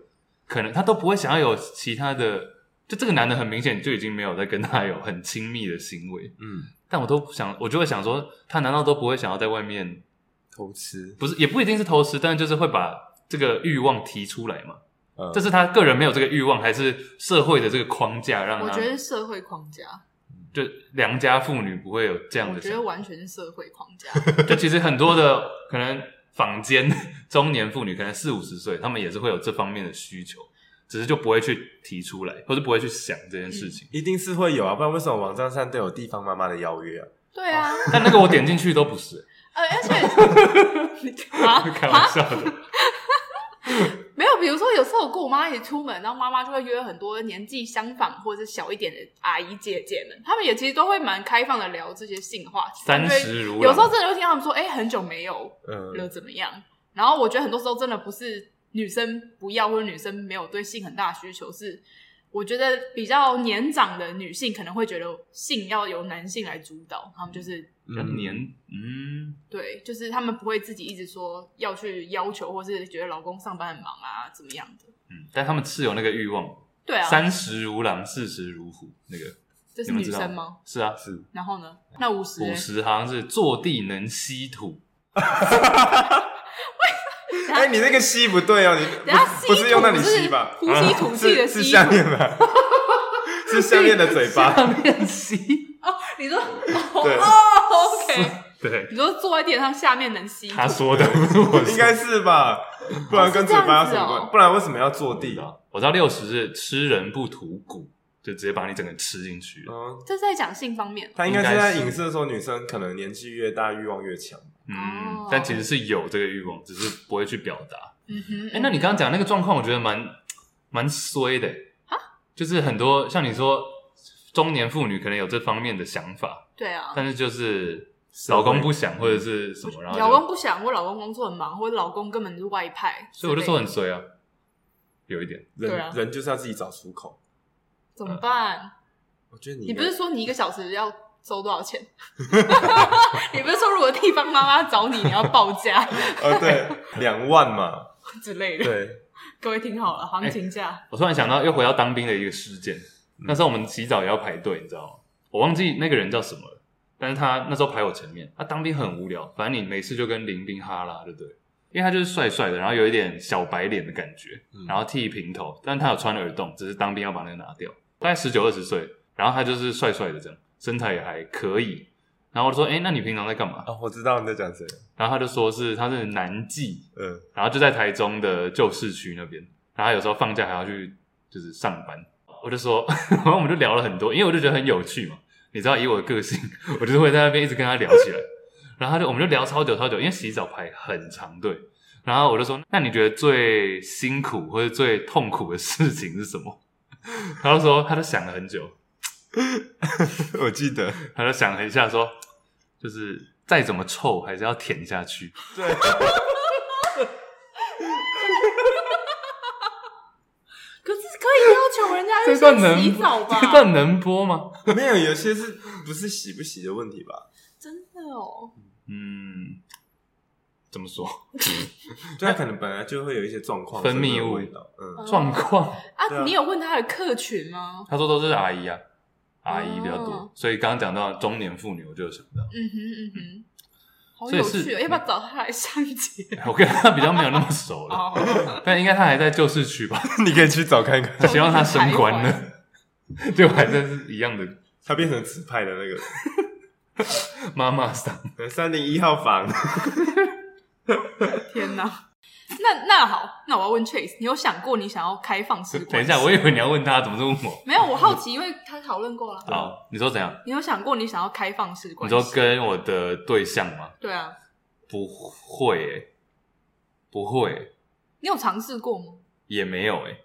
Speaker 2: 可能她都不会想要有其他的，就这个男的很明显就已经没有在跟她有很亲密的行为，
Speaker 3: 嗯，
Speaker 2: 但我都不想，我就会想说，他难道都不会想要在外面，
Speaker 3: 偷吃，
Speaker 2: 不是也不一定是偷吃，但就是会把这个欲望提出来嘛？
Speaker 3: 嗯
Speaker 2: 这是他个人没有这个欲望，还是社会的这个框架让
Speaker 1: 我
Speaker 2: 他
Speaker 1: 觉得是社会框架，
Speaker 2: 就良家妇女不会有这样
Speaker 1: 我
Speaker 2: 的
Speaker 1: 觉得
Speaker 2: 想法？
Speaker 1: 完全是社会框架。
Speaker 2: 就其实很多的可能坊间中年妇女，可能四五十岁，她们也是会有这方面的需求，只是就不会去提出来，或者不会去想这件事情。
Speaker 3: 一定是会有啊，不然为什么网站上都有地方妈妈的邀约啊？
Speaker 1: 对啊，
Speaker 2: 但那个我点进去都不是，
Speaker 1: 呃，而且你 啊
Speaker 2: 开
Speaker 1: 啊
Speaker 2: 玩笑的。
Speaker 1: 没有，比如说有时候我跟我妈一起出门，然后妈妈就会约很多年纪相仿或者是小一点的阿姨姐姐们，她们也其实都会蛮开放的聊这些性话题。
Speaker 2: 三
Speaker 1: 她们
Speaker 2: 十如
Speaker 1: 就
Speaker 2: 狼
Speaker 1: 会有时候真的会听他们说，哎、很久没有了
Speaker 3: 嗯，
Speaker 1: 怎么样？然后我觉得很多时候真的不是女生不要或者女生没有对性很大的需求，是我觉得比较年长的女性可能会觉得性要由男性来主导，他
Speaker 2: 嗯
Speaker 1: 们就是
Speaker 2: 比较年，嗯，
Speaker 1: 对，就是他们不会自己一直说要去要求，或是觉得老公上班很忙啊，怎么样的。
Speaker 2: 嗯，但他们是有那个欲望，
Speaker 1: 对啊，
Speaker 2: 三十如狼，四十如虎，那个
Speaker 1: 这是
Speaker 2: 你们
Speaker 1: 女
Speaker 2: 知道
Speaker 1: 生吗？
Speaker 2: 是啊，
Speaker 3: 是
Speaker 1: 然后呢？那五十
Speaker 2: 五十好像是坐地能吸土，
Speaker 3: 哎、你那个吸不对哦，你
Speaker 1: 等下
Speaker 3: 不是不
Speaker 1: 吸
Speaker 3: 是用
Speaker 1: 土
Speaker 3: 那里吸吧？啊
Speaker 1: 呼吸吐气的
Speaker 3: 是是
Speaker 1: 吸
Speaker 3: 下面吧？ 是下面的嘴 巴。
Speaker 2: 下面吸，
Speaker 1: 哦，你说
Speaker 3: 对
Speaker 1: 哦哦，OK，
Speaker 2: 对，
Speaker 1: 你说坐在地上下面能吸
Speaker 2: 他说的，不是我
Speaker 3: 应
Speaker 2: 说的
Speaker 3: 该是吧，不然跟嘴巴有
Speaker 1: 哦哦
Speaker 3: 什么关？
Speaker 1: 是这样子哦
Speaker 3: 不然为什么要坐地？哦
Speaker 2: 我知道六十是吃人不吐骨，就直接把你整个吃进去了。
Speaker 3: 嗯，
Speaker 1: 这是在讲性方面。
Speaker 3: 他应该是
Speaker 2: 应该
Speaker 3: 在
Speaker 2: 是
Speaker 3: 影射说女生可能年纪越大欲望越强。
Speaker 2: 嗯
Speaker 1: 哦，
Speaker 2: 但其实是有这个欲望，只是不会去表达。
Speaker 1: 嗯哼，
Speaker 2: 哎、那你刚刚讲那个状况，我觉得蛮蛮衰的、欸就是很多像你说中年妇女可能有这方面的想法，
Speaker 1: 对啊，
Speaker 2: 但是就是老公不想或者是什么，然后就
Speaker 1: 老公不想，或老公工作很忙，或老公根本就是外派，
Speaker 2: 所以我就说
Speaker 1: 之类
Speaker 2: 很衰啊，有一点。
Speaker 3: 人、
Speaker 1: 对啊
Speaker 3: 人就是要自己找出口。
Speaker 1: 的怎么办？
Speaker 3: 我觉得你
Speaker 1: 你
Speaker 3: 应
Speaker 1: 不
Speaker 3: 该
Speaker 1: 是说你一个小时要收多少钱？ 你不是说如果地方妈妈找你，你要报价
Speaker 3: 哦，对，两万嘛，
Speaker 1: 之类的？
Speaker 3: 对，
Speaker 1: 各位听
Speaker 2: 哎
Speaker 1: 好了，行情价。
Speaker 2: 我突然想到，又回到当兵的一个事件。那时候我们洗澡也要排队，你知道吗？我忘记那个人叫什么了，但是他那时候排我前面。他当兵很无聊，反正你没事就跟林兵哈拉，对不对？因为他就是帅帅的，然后有一点小白脸的感觉，然后剃平头，但是他有穿耳洞，只是当兵要把那个拿掉。大概十九二十岁，然后他就是帅帅的这样，身材也还可以。然后我就说：“哎、那你平常在干嘛
Speaker 3: 啊，我知道你在讲谁了，？”
Speaker 2: 然后他就说是他是南妓，
Speaker 3: 嗯，
Speaker 2: 然后就在台中的旧市区那边，然后他有时候放假还要去就是上班，我就说， 然后我们就聊了很多，因为我就觉得很有趣嘛，你知道以我的个性，我就是会在那边一直跟他聊起来，然后他就我们就聊超久超久，因为洗澡排很长队，然后我就说，那你觉得最辛 苦或者最痛苦的事情是什么？他就说，他就想了很久，
Speaker 3: 我记 得，
Speaker 2: 他就想了一下说，就是再怎么臭还是要舔下去。
Speaker 3: 对，
Speaker 1: 可是可以要求人家
Speaker 2: 这
Speaker 1: 去
Speaker 2: 段能
Speaker 1: 先洗澡吧
Speaker 2: 这？段能播吗？
Speaker 3: 没有，有些是不是洗不洗的问题吧？
Speaker 1: 真的哦，
Speaker 2: 嗯，怎么说？
Speaker 3: 对，啊他可能本来就会有一些状况，
Speaker 2: 分泌
Speaker 3: 身体的
Speaker 2: 物
Speaker 3: 味道，嗯，
Speaker 2: 状 况？
Speaker 1: 啊，
Speaker 3: 对啊
Speaker 1: 你有问他的客群吗？
Speaker 2: 他说都是阿姨啊，阿姨比较多，
Speaker 1: 哦
Speaker 2: 所以刚刚讲到中年妇女，我就有想到，
Speaker 1: 嗯哼嗯哼，好
Speaker 2: 所以
Speaker 1: 有
Speaker 2: 是
Speaker 1: 趣哦，要不要找他来上节目？
Speaker 2: 我跟他比较没有那么熟了，
Speaker 1: 哦，
Speaker 2: 但应该他还在旧市区吧？
Speaker 3: 你可以去找看看，
Speaker 2: 希望他升官呢，就还在是一样的
Speaker 3: 他变成直派的那个呃
Speaker 2: 妈妈桑。
Speaker 3: 三零一号房，
Speaker 1: 天哪！那那好，那我要问 Chase，你有想过你想要开放式关系？
Speaker 2: 等一下，我以为你要问他，怎么是问我？
Speaker 1: 没有，我好奇，因为他讨论过了。
Speaker 2: 好，你说怎样？
Speaker 1: 你有想过你想要开放式
Speaker 2: 你
Speaker 1: 关系？
Speaker 2: 说跟我的对象吗？
Speaker 1: 对啊，
Speaker 2: 不会欸、不会欸、
Speaker 1: 你有尝试过吗？
Speaker 2: 也没有哎、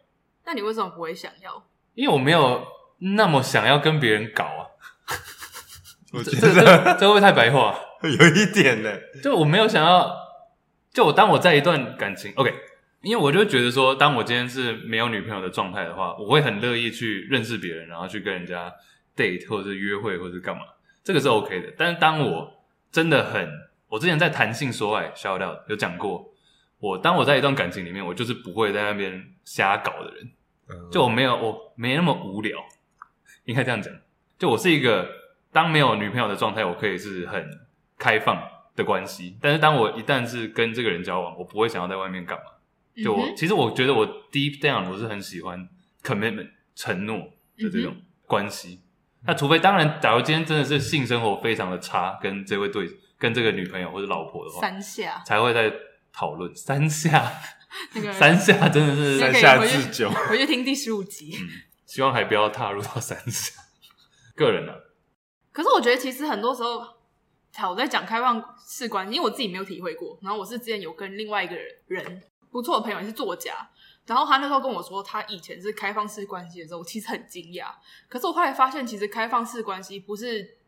Speaker 1: 那你为什么不会想要？
Speaker 2: 因为我没有那么想要跟别人搞啊。
Speaker 3: 我
Speaker 2: 这
Speaker 3: 觉
Speaker 2: 这
Speaker 3: 得
Speaker 2: 这这会不会太白话？
Speaker 3: 有一点呢，
Speaker 2: 就我没有想要，就我当我在一段感情，OK，因为我就会觉得说，当我今天是没有女朋友的状态的话，我会很乐意去认识别人，然后去跟人家 date 或者是约会或者是干嘛，这个是 OK 的。但是当我真的很，我之前在谈性说爱 shout out 有讲过，我当我在一段感情里面，我就是不会在那边瞎搞的人。就我没有，我没那么无聊，应该这样讲。就我是一个当没有女朋友的状态，我可以是很开放的关系，但是当我一旦是跟这个人交往，我不会想要在外面干嘛。就我、
Speaker 1: 嗯哼
Speaker 2: 其实我觉得我 deep down 我是很喜欢 commitment 承诺
Speaker 1: 嗯
Speaker 2: 的这种关系。那除非当然，假如今天真的是性生活非常的差，跟这位对跟这个女朋友或者老婆的话，
Speaker 1: 三下
Speaker 2: 才会在讨论三下
Speaker 1: 那个
Speaker 2: 三下嗯真的是
Speaker 1: 那
Speaker 3: 三
Speaker 1: 个
Speaker 3: 下
Speaker 1: 回去
Speaker 3: 智久，
Speaker 1: 回去听第十五集。
Speaker 2: 希望还不要踏入到三峡。 个人啊，
Speaker 1: 可是我觉得其实很多时候，好我在讲开放式关系，因为我自己没有体会过。然后我是之前有跟另外一个人不错的朋友也是作家，然后他那时候跟我说他以前是开放式关系的时候，我其实很惊讶。可是我后来发现，其实开放式关系不是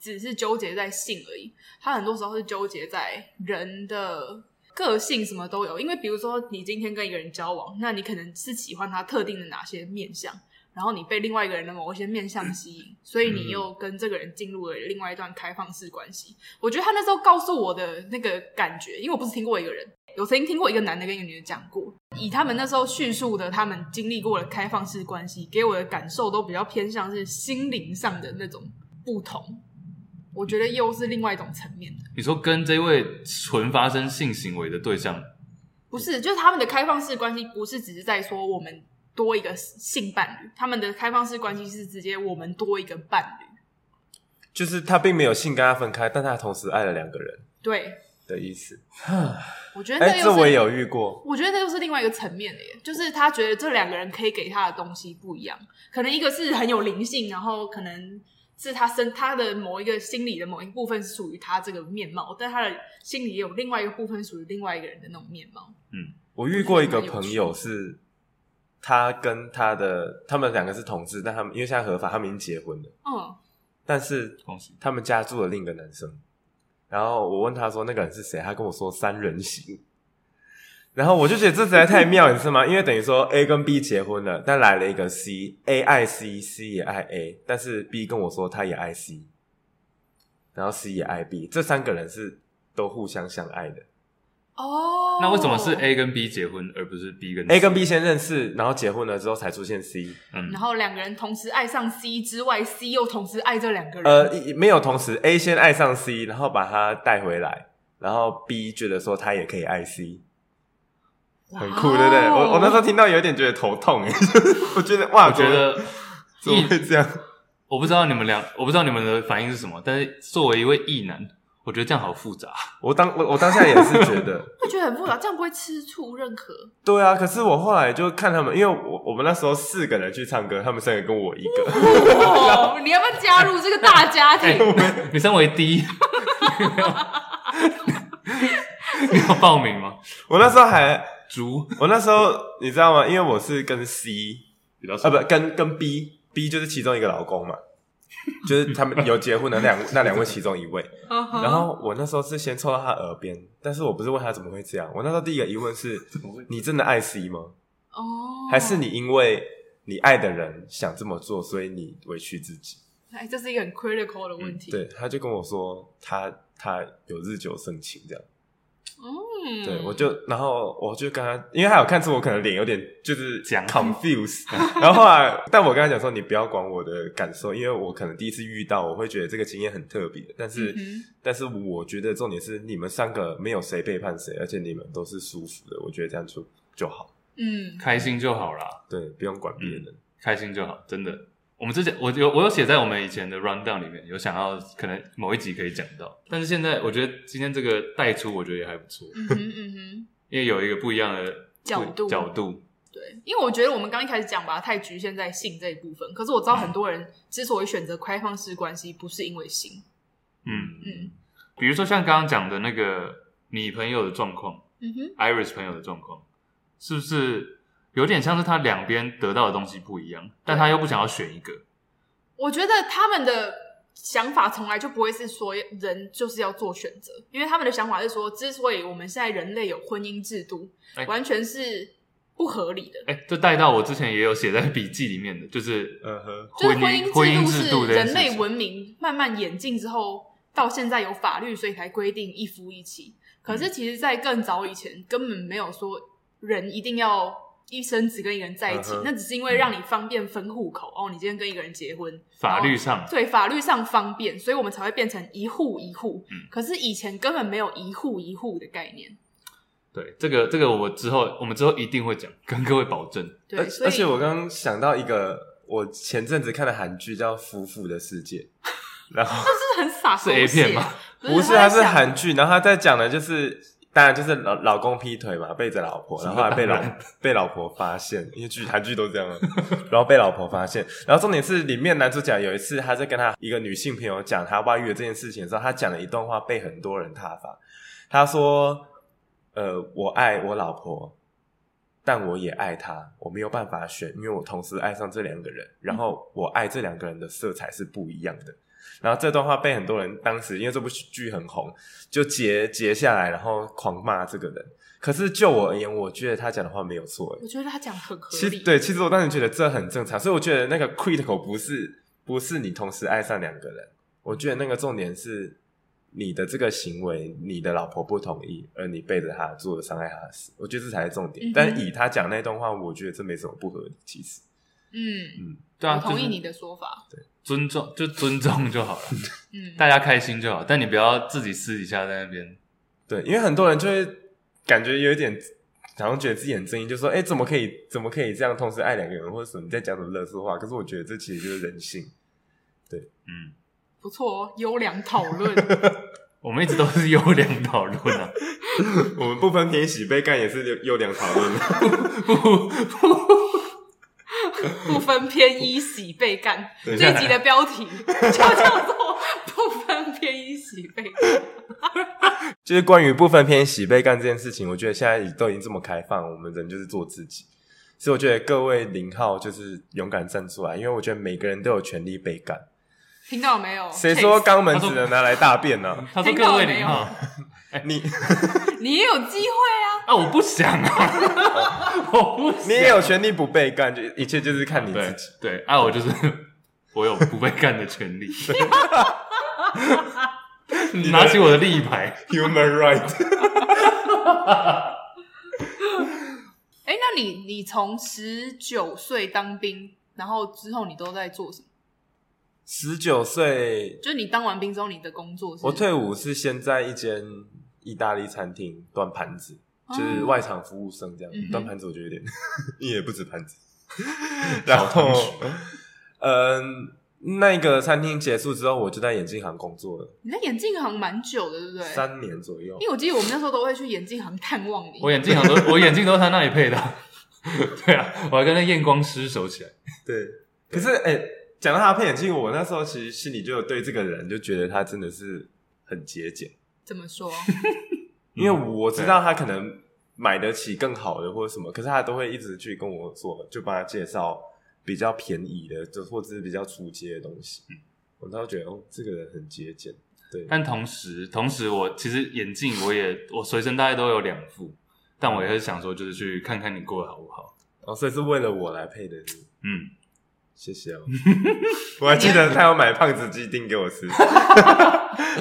Speaker 1: 只是纠结在性而已，它很多时候是纠结在人的。个性什么都有，因为比如说你今天跟一个人交往，那你可能是喜欢他特定的哪些面相，然后你被另外一个人的某一些面相吸引，所以你又跟这个人进入了另外一段开放式关系。我觉得他那时候告诉我的那个感觉，因为我不是听过一个人，有曾经听过一个男的跟一个女的讲过，以他们那时候叙述的他们经历过的开放式关系，给我的感受都比较偏向是心灵上的那种不同。我觉得又是另外一种层面的，
Speaker 2: 你说跟这位纯发生性行为的对象，
Speaker 1: 不是，就是他们的开放式关系不是只是在说我们多一个性伴侣，他们的开放式关系是直接我们多一个伴侣。
Speaker 3: 就是他并没有性跟他分开，但他同时爱了两个人
Speaker 1: 对，
Speaker 3: 的意思。
Speaker 1: 我觉得
Speaker 3: 哎，
Speaker 1: 这
Speaker 3: 这
Speaker 1: 又
Speaker 3: 我
Speaker 1: 是，
Speaker 3: 也有遇过，
Speaker 1: 我觉得这又是另外一个层面的耶，就是他觉得这两个人可以给他的东西不一样，可能一个是很有灵性，然后可能是他身他的某一个心理的某一部分是属于他这个面貌，但他的心里也有另外一个部分属于另外一个人的那种面貌。
Speaker 3: 我遇过一个朋友是，他跟他的他们两个是同志，但他们因为现在合法，他们已经结婚了，
Speaker 1: 嗯，
Speaker 3: 但是
Speaker 2: 恭喜
Speaker 3: 他们家住了另一个男生。然后我问他说那个人是谁，他跟我说三人行。然后我就觉得这实在太妙，你知道吗？因为等于说 A 跟 B 结婚了，但来了一个 C，A 爱 C，C 也爱 A，但是 B 跟我说他也爱 C，然后 C 也爱 B，这三个人是都互相相爱的。
Speaker 1: 哦，
Speaker 2: 那为什么是 A 跟 B 结婚，而不是 B 跟
Speaker 3: A 跟
Speaker 2: C？
Speaker 3: B 先认识，然后结婚了之后才出现 C，
Speaker 2: 嗯
Speaker 1: 然，后两个人同时爱上 C 之外，C 又同时爱这两个人。
Speaker 3: 呃，一没有同时 A 先爱上 C，然后把他带回来，然后 B 觉得说他也可以爱 C，很酷，对不对？我我那时候听到有点觉得头痛，哎 我觉得哇，
Speaker 2: 我觉得
Speaker 3: 怎么怎
Speaker 2: 异
Speaker 3: 么会这样？
Speaker 2: 我不知道你们俩，我不知道你们的反应是什么，但是作为一位异男，我觉得这样好复杂。
Speaker 3: 我当我我当下也是觉得，
Speaker 1: 会觉得很复杂，这样不会吃醋认 可。
Speaker 3: 对啊。可是我后来就看他们，因为我我们那时候四个人去唱歌，他们三个跟我一个，
Speaker 1: 哦，你要不要加入这个大家
Speaker 2: 哎、
Speaker 1: 庭？
Speaker 2: 你身为 D，你有报名吗？
Speaker 3: 我那时候还
Speaker 2: 猪
Speaker 3: 我那时候你知道吗？因为我是跟 C
Speaker 2: 比较
Speaker 3: 啊
Speaker 2: 少，
Speaker 3: 不跟跟 B，B 就是其中一个老公嘛。就是他们有结婚的那 两那两位其中一位。
Speaker 1: 然
Speaker 3: 然后我那时候是先凑到他耳边，但是我不是问他怎么会这样，我那时候第一个疑问是：你真的爱 C 吗？
Speaker 1: 哦，
Speaker 3: 还是你因为你爱的人想这么做，所以你委屈自己？
Speaker 1: 哎，这是一个很 critical 的问
Speaker 2: 嗯
Speaker 1: 题。
Speaker 3: 对，他就跟我说他他有日久生情这样。
Speaker 1: 嗯，
Speaker 3: 对，我就然后我就跟他，因为他有看出我可能脸有点就是
Speaker 2: 僵
Speaker 3: confuse，然 后后来，但我跟他讲说，你不要管我的感受，因为我可能第一次遇到，我会觉得这个经验很特别，但是、
Speaker 1: 嗯
Speaker 3: 但是我觉得重点是你们三个没有谁背叛谁，而且你们都是舒服的，我觉得这样就就好，
Speaker 1: 嗯，
Speaker 2: 开心就好啦，
Speaker 3: 对，不用管别人。
Speaker 2: 开心就好，真的。我们之前我有我有写在我们以前的 rundown 里面，有想要可能某一集可以讲到，但是现在我觉得今天这个带出，我觉得也还不错，
Speaker 1: 嗯哼嗯哼。
Speaker 2: 因为有一个不一样的
Speaker 1: 角度
Speaker 2: 角度，
Speaker 1: 对，因为我觉得我们刚一开始讲把它太局限在性这一部分，可是我知道很多人之所以选择开放式关系，不是因为性。
Speaker 2: 嗯，
Speaker 1: 嗯
Speaker 2: 比如说像刚刚讲的那个你朋友的状况
Speaker 1: 嗯哼，
Speaker 2: ，Iris 朋友的状况，是不是有点像是他两边得到的东西不一样，但他又不想要选一个，
Speaker 1: 我觉得他们的想法从来就不会是说人就是要做选择，因为他们的想法是说，之所以我们现在人类有婚姻制度，
Speaker 2: 哎
Speaker 1: 完全是不合理的。
Speaker 2: 哎、这带到我之前也有写在笔记里面的，就是
Speaker 3: 嗯哼，
Speaker 1: 就是
Speaker 2: 婚姻
Speaker 1: 婚
Speaker 2: 婚
Speaker 1: 姻
Speaker 2: 姻
Speaker 1: 制
Speaker 2: 制
Speaker 1: 度
Speaker 2: 度
Speaker 1: 是
Speaker 2: 这件
Speaker 1: 人
Speaker 2: 事
Speaker 1: 类
Speaker 2: 情
Speaker 1: 文明慢慢演进之后，到现在有法律，所以才规定一夫一妻。可是其实，在更早以前，根本没有说人一定要一生只跟一个人在一起
Speaker 3: 嗯哼
Speaker 1: 那只是因为让你方便分户口哦。你今天跟一个人结婚，
Speaker 2: 法律上
Speaker 1: 对法律上方便，所以我们才会变成一户一户。
Speaker 2: 嗯
Speaker 1: 可是以前根本没有一户一户的概念，
Speaker 2: 对，这个这个我之后我们之后一定会讲，跟各位保证。
Speaker 1: 对，
Speaker 3: 而
Speaker 1: 所以
Speaker 3: 而且我刚刚想到一个，我前阵子看的韩剧叫《夫妇的世界》，然后。
Speaker 1: 这很傻，
Speaker 2: 是 A 片吗？
Speaker 1: 不
Speaker 3: 不
Speaker 1: 是，
Speaker 3: 是，他
Speaker 1: 他
Speaker 3: 是
Speaker 1: 在想
Speaker 3: 韩剧，然后他在讲的就是，当然就是老老公劈腿嘛，背着老 婆，然后还被老
Speaker 2: 当然
Speaker 3: 被老婆发现，因为剧韩剧都这样啊， 然后被老婆发现，然后重点是里面男主角有一次他在跟他一个女性朋友讲他外遇的这件事情的时候，他讲了一段话被很多人挞伐，他说：“呃，我爱我老婆，但我也爱她，我没有办法选，因为我同时爱上这两个人，然后我爱这两个人的色彩是不一样的。”然后这段话被很多人当时因为这部剧很红，就截截下来，然后狂骂这个人。可是就我而言，我觉得他讲的话没有错，欸
Speaker 1: 我觉得他讲得很合
Speaker 3: 其实
Speaker 1: 理，
Speaker 3: 对，其实我当时觉得这很正常，所以我觉得那个 critical 不是不是你同时爱上两个人，我觉得那个重点是你的这个行为，你的老婆不同意，而你背着她做了伤害她的事，我觉得这才是重
Speaker 1: 嗯
Speaker 3: 点。
Speaker 1: 哼
Speaker 3: 但是以他讲那段话，我觉得这没什么不合理，其实
Speaker 1: 嗯，
Speaker 2: 对啊，
Speaker 1: 我同意
Speaker 2: 就是
Speaker 1: 你的说法，
Speaker 2: 尊重就尊重就好了，
Speaker 1: 嗯，
Speaker 2: 大家开心就好，但你不要自己私底下在那边。
Speaker 3: 对，因为很多人就会感觉有一点。好像觉得自己很正义，就说：“哎、怎么可以，怎么可以这样同时爱两个人，或者什么？你在讲什么乐色话？”可是我觉得这其实就是人性。
Speaker 2: 嗯，
Speaker 1: 不错哦，优良讨论。
Speaker 2: 我们一直都是优良讨论 啊，
Speaker 3: 我们不分偏喜被干也是优良讨论。
Speaker 1: 不分偏一喜被干，
Speaker 3: 对
Speaker 1: 这一集的标题 就叫做“不分偏一喜被干
Speaker 3: 就是关于部分偏喜被干这件事情，我觉得现在都已经这么开放，我们人就是做自己。所以我觉得各位零号就是勇敢站出来，因为我觉得每个人都有权利被干。”，
Speaker 1: 听到没有？
Speaker 3: 谁说
Speaker 1: Chase，
Speaker 3: 肛门只能拿来大便呢、
Speaker 2: 他说
Speaker 1: 听到了
Speaker 2: 各位
Speaker 1: 没
Speaker 2: 你
Speaker 1: 有
Speaker 2: 好，
Speaker 3: 你
Speaker 1: 你也有机会啊？
Speaker 2: 啊，我不想啊， 我不想，
Speaker 3: 你也有权利不被干，就一切就是看你自
Speaker 2: 对
Speaker 3: 己。
Speaker 2: 对，啊，我就是我有不被干的权 利，你拿起我的立牌，
Speaker 3: Human right，
Speaker 1: 哎，那你你从十九岁当兵，然后之后你都在做什么？
Speaker 3: 十九岁
Speaker 1: 就是你当完兵之后，你的工作是？
Speaker 3: 我退伍是先在一间意大利餐厅端盘子，
Speaker 1: 哦
Speaker 3: 就是外场服务生这样、
Speaker 1: 嗯哼
Speaker 3: 端盘子，我觉得有点也不止 盘子。然后，嗯，那个餐厅结束之后，我就在眼镜行工作了
Speaker 1: 你在眼镜行蛮久的，对不对？
Speaker 3: 三年左右
Speaker 1: 因。为我记得我们那时候都会去眼镜行探望你。
Speaker 2: 我眼镜好多，我眼镜都是他那里配的啊。 对啊，我还跟那验光师熟起来。
Speaker 3: 对，可是哎，讲、到他配眼镜，我那时候其实心里就有对这个人就觉得他真的是很节俭，
Speaker 1: 怎么 说？
Speaker 3: 因为
Speaker 1: 嗯
Speaker 3: 我知道他可能买得起更好的或者什么，可是他都会一直去
Speaker 1: 嗯
Speaker 3: 跟我说，就帮他介绍比较便宜的，就或者是比较出街的东西。我倒觉得哦，这个人很节俭，对，
Speaker 2: 但同时，同时我其实眼镜我也我随身大概都有两副，但我也是想说，就是去看看你过得好不好。
Speaker 3: 哦，所以是为了我来配的是不是，
Speaker 2: 嗯，
Speaker 3: 谢 谢哦。我还记得他要买胖子鸡丁给 我吃，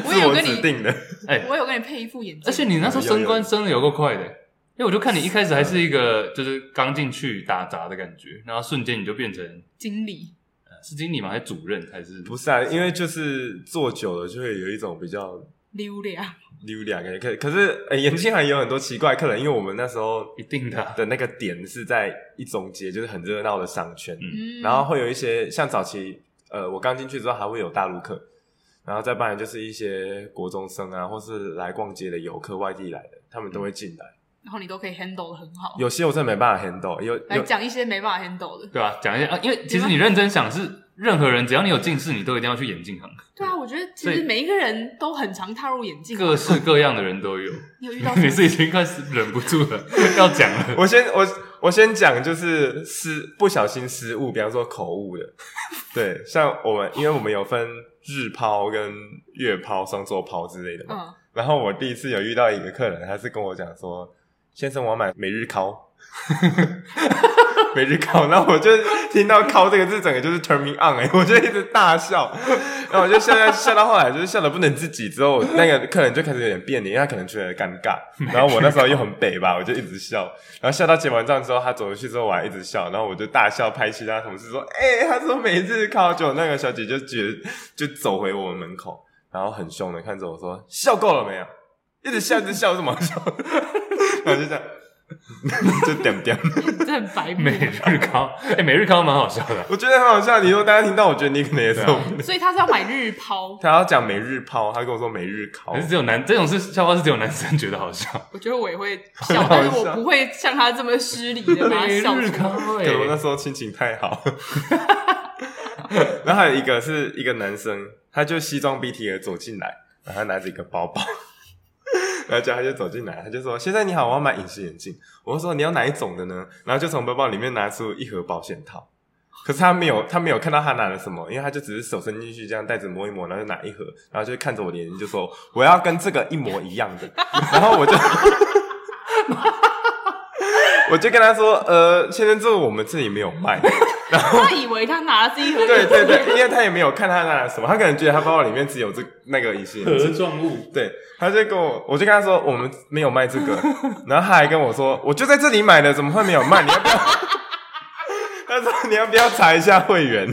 Speaker 1: 我
Speaker 3: 是
Speaker 1: 有
Speaker 3: 我
Speaker 1: 跟
Speaker 3: 指
Speaker 1: 你，
Speaker 3: 定的。
Speaker 2: 哎，
Speaker 1: 我有跟你配一副眼镜，
Speaker 2: 而且你那时候升官升的有够快的，因为我就看你一开始还是一个就是刚进去打杂的感觉，然后瞬间你就变成
Speaker 1: 经理
Speaker 2: 呃是经理吗？还是主任？还是
Speaker 3: 不是啊，因为就是做久了就会有一种比较
Speaker 1: 溜达，
Speaker 3: 溜达感觉。可可是，哎、眼镜行也有很多奇怪客人，因为我们那时候
Speaker 2: 一定的啊？
Speaker 3: 的那个点是在一中街，就是很热闹的商圈，
Speaker 1: 嗯，
Speaker 3: 然后会有一些像早期，呃，我刚进去之后还会有大陆客，然后再不然就是一些国中生啊，或是来逛街的游客，外地来的，他们都会进来。
Speaker 1: 然后你都可以 handle 的很好。
Speaker 3: 有些我真的没办法 handle，有
Speaker 1: 来
Speaker 3: 有
Speaker 1: 讲一些没办法 handle 的。
Speaker 2: 对吧、讲一下啊，因为其实你认真想是。任何人只要你有近视，你都一定要去眼镜行，
Speaker 1: 对啊，我觉得其
Speaker 2: 嗯所以
Speaker 1: 实每一个人都很常踏入眼镜啊。
Speaker 2: 各式各样的人都 有。
Speaker 1: 你有遇到什
Speaker 2: 你
Speaker 1: 么
Speaker 2: 是已经快忍不住了，要讲了。
Speaker 3: 我先我我先讲，就是失不小心失误，比方说口误的，对，像我们因为我们有分日抛跟月抛、双周抛之类的嘛。
Speaker 1: 嗯，
Speaker 3: 然后我第一次有遇到一个客人，他是跟我讲说：“先生，我要买每日烤。” 每日烤，然后我就听到“烤”这个字，整个就是 turn me on 哎、我就一直大笑，然后我就笑笑笑到后来就是笑的不能自己，之后那个客人就开始有点别扭，因为他可能觉得尴尬，然后我那时候又很北吧，我就一直笑，然后笑到结完账之后，他走回去之后我还一直笑，然后我就大笑拍其他同事说：“哎、他说每日烤酒。”那个小姐就觉得就走回我们门口，然后很凶的看着我说：“笑够了没有？啊一直笑，一直笑，有什么 好笑的？”然后就这样， 就点点。
Speaker 1: 这很白目
Speaker 2: 每。日康，哎、每日康蛮好笑的啊、
Speaker 3: 我觉得很好笑。你说大家听到，我觉得你可能也受
Speaker 2: 对啊
Speaker 3: 不了。
Speaker 1: 所以他是要买日抛，
Speaker 3: 他要讲每日抛，他跟我说每日烤
Speaker 2: 哦可，是只有男这种是笑话是只有男生觉得好笑。
Speaker 1: 我觉得我也会
Speaker 3: 很
Speaker 1: 笑，
Speaker 3: 好
Speaker 1: 但是我
Speaker 3: 笑
Speaker 1: 不会像他这么失礼的把他
Speaker 2: 每
Speaker 1: 笑
Speaker 2: 日
Speaker 1: 出来。
Speaker 2: 康、
Speaker 3: 可
Speaker 2: 欸，
Speaker 3: 能我那时候心情太好。 然后还有一个是一个男生，他就西装笔挺的走进来，然后他拿着一个包 包，然后就他就走进来，他就说：“先生你好，我要买隐形眼镜。”我就说：“你要哪一种的呢？”然后就从包包里面拿出一盒保险套，可是他没有，他没有看到他拿了什么，因为他就只是手伸进去这样袋子摸一摸，然后就拿一盒，然后就看着我的眼睛就说：“我要跟这个一模一样的。” 然后我就。我就跟他说，呃，先生，这个我们这里没有卖。
Speaker 1: 他以为他拿了自己 盒，
Speaker 3: 对对对，因为他也没有看他拿了什么，他可能觉得他包包里面只有这那个隐 形眼镜。
Speaker 2: 状物，
Speaker 3: 对，他就跟我，我就跟他说我们没有卖这个，然后他还跟我说，我就在这里买的，怎么会没有卖？你要不要？ 他说你要不要查一下会员？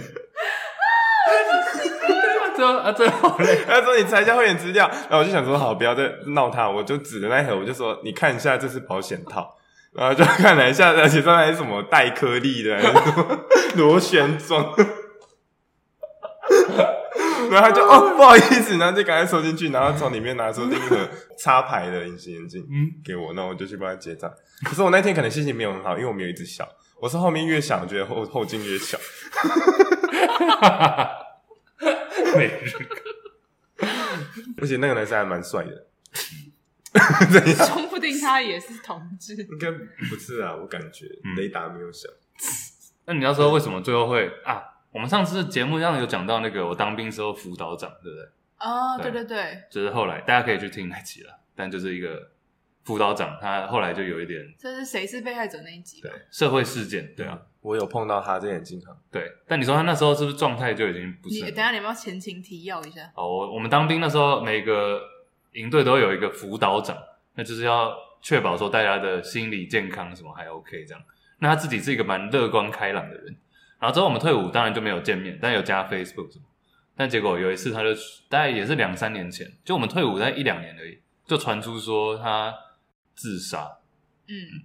Speaker 2: 这啊这好累。
Speaker 3: 他说你查一下会员资料，然后我就想说好，不要再闹他，我就指着那一盒，我就说你看一下，这是保险套，然后就看了一下，而且上面还是什么带颗粒的，还 是什么螺旋状， 然后他就哦不好意思，然后就赶快收进去，然后从里面拿出另一盒插牌的隐形眼镜
Speaker 2: 嗯，
Speaker 3: 给我，那我就去帮他结账。可是我那天可能心情没有很好，因为我没有一直笑，我是后面越想觉得后后劲越小，
Speaker 2: 每日康
Speaker 3: 而且那个男生还蛮帅的，
Speaker 1: 说不定他也是同 志。
Speaker 3: 应该不是啊，我感觉
Speaker 2: 嗯
Speaker 3: 雷达没有响。
Speaker 2: 那你要说为什么最后会啊？我们上次节目上有讲到那个我当兵时候辅导长，对不对？
Speaker 1: 啊，
Speaker 2: 对
Speaker 1: 对对对，
Speaker 2: 就是后来大家可以去听那集了，但就是一个辅导长，他后来就有一点
Speaker 1: 这是谁是被害者那一集吧？
Speaker 2: 社会事件，对啊，
Speaker 3: 我有碰到他这眼镜行，
Speaker 2: 对。但你说他那时候是不是状态就已经不
Speaker 1: 你
Speaker 2: 是
Speaker 1: 等
Speaker 2: 很
Speaker 1: 一下你要不要前情提要一下？
Speaker 2: 哦，我我们当兵那时候，每个营队都有一个辅导长，那就是要确保说大家的心理健康什么还 OK 这样。那他自己是一个蛮乐观开朗的人，然后之后我们退伍当然就没有见面，但有加 Facebook 什么。但结果有一次，他就大概也是两三年前，就我们退伍在一两年而已，就传出说他自杀，
Speaker 1: 嗯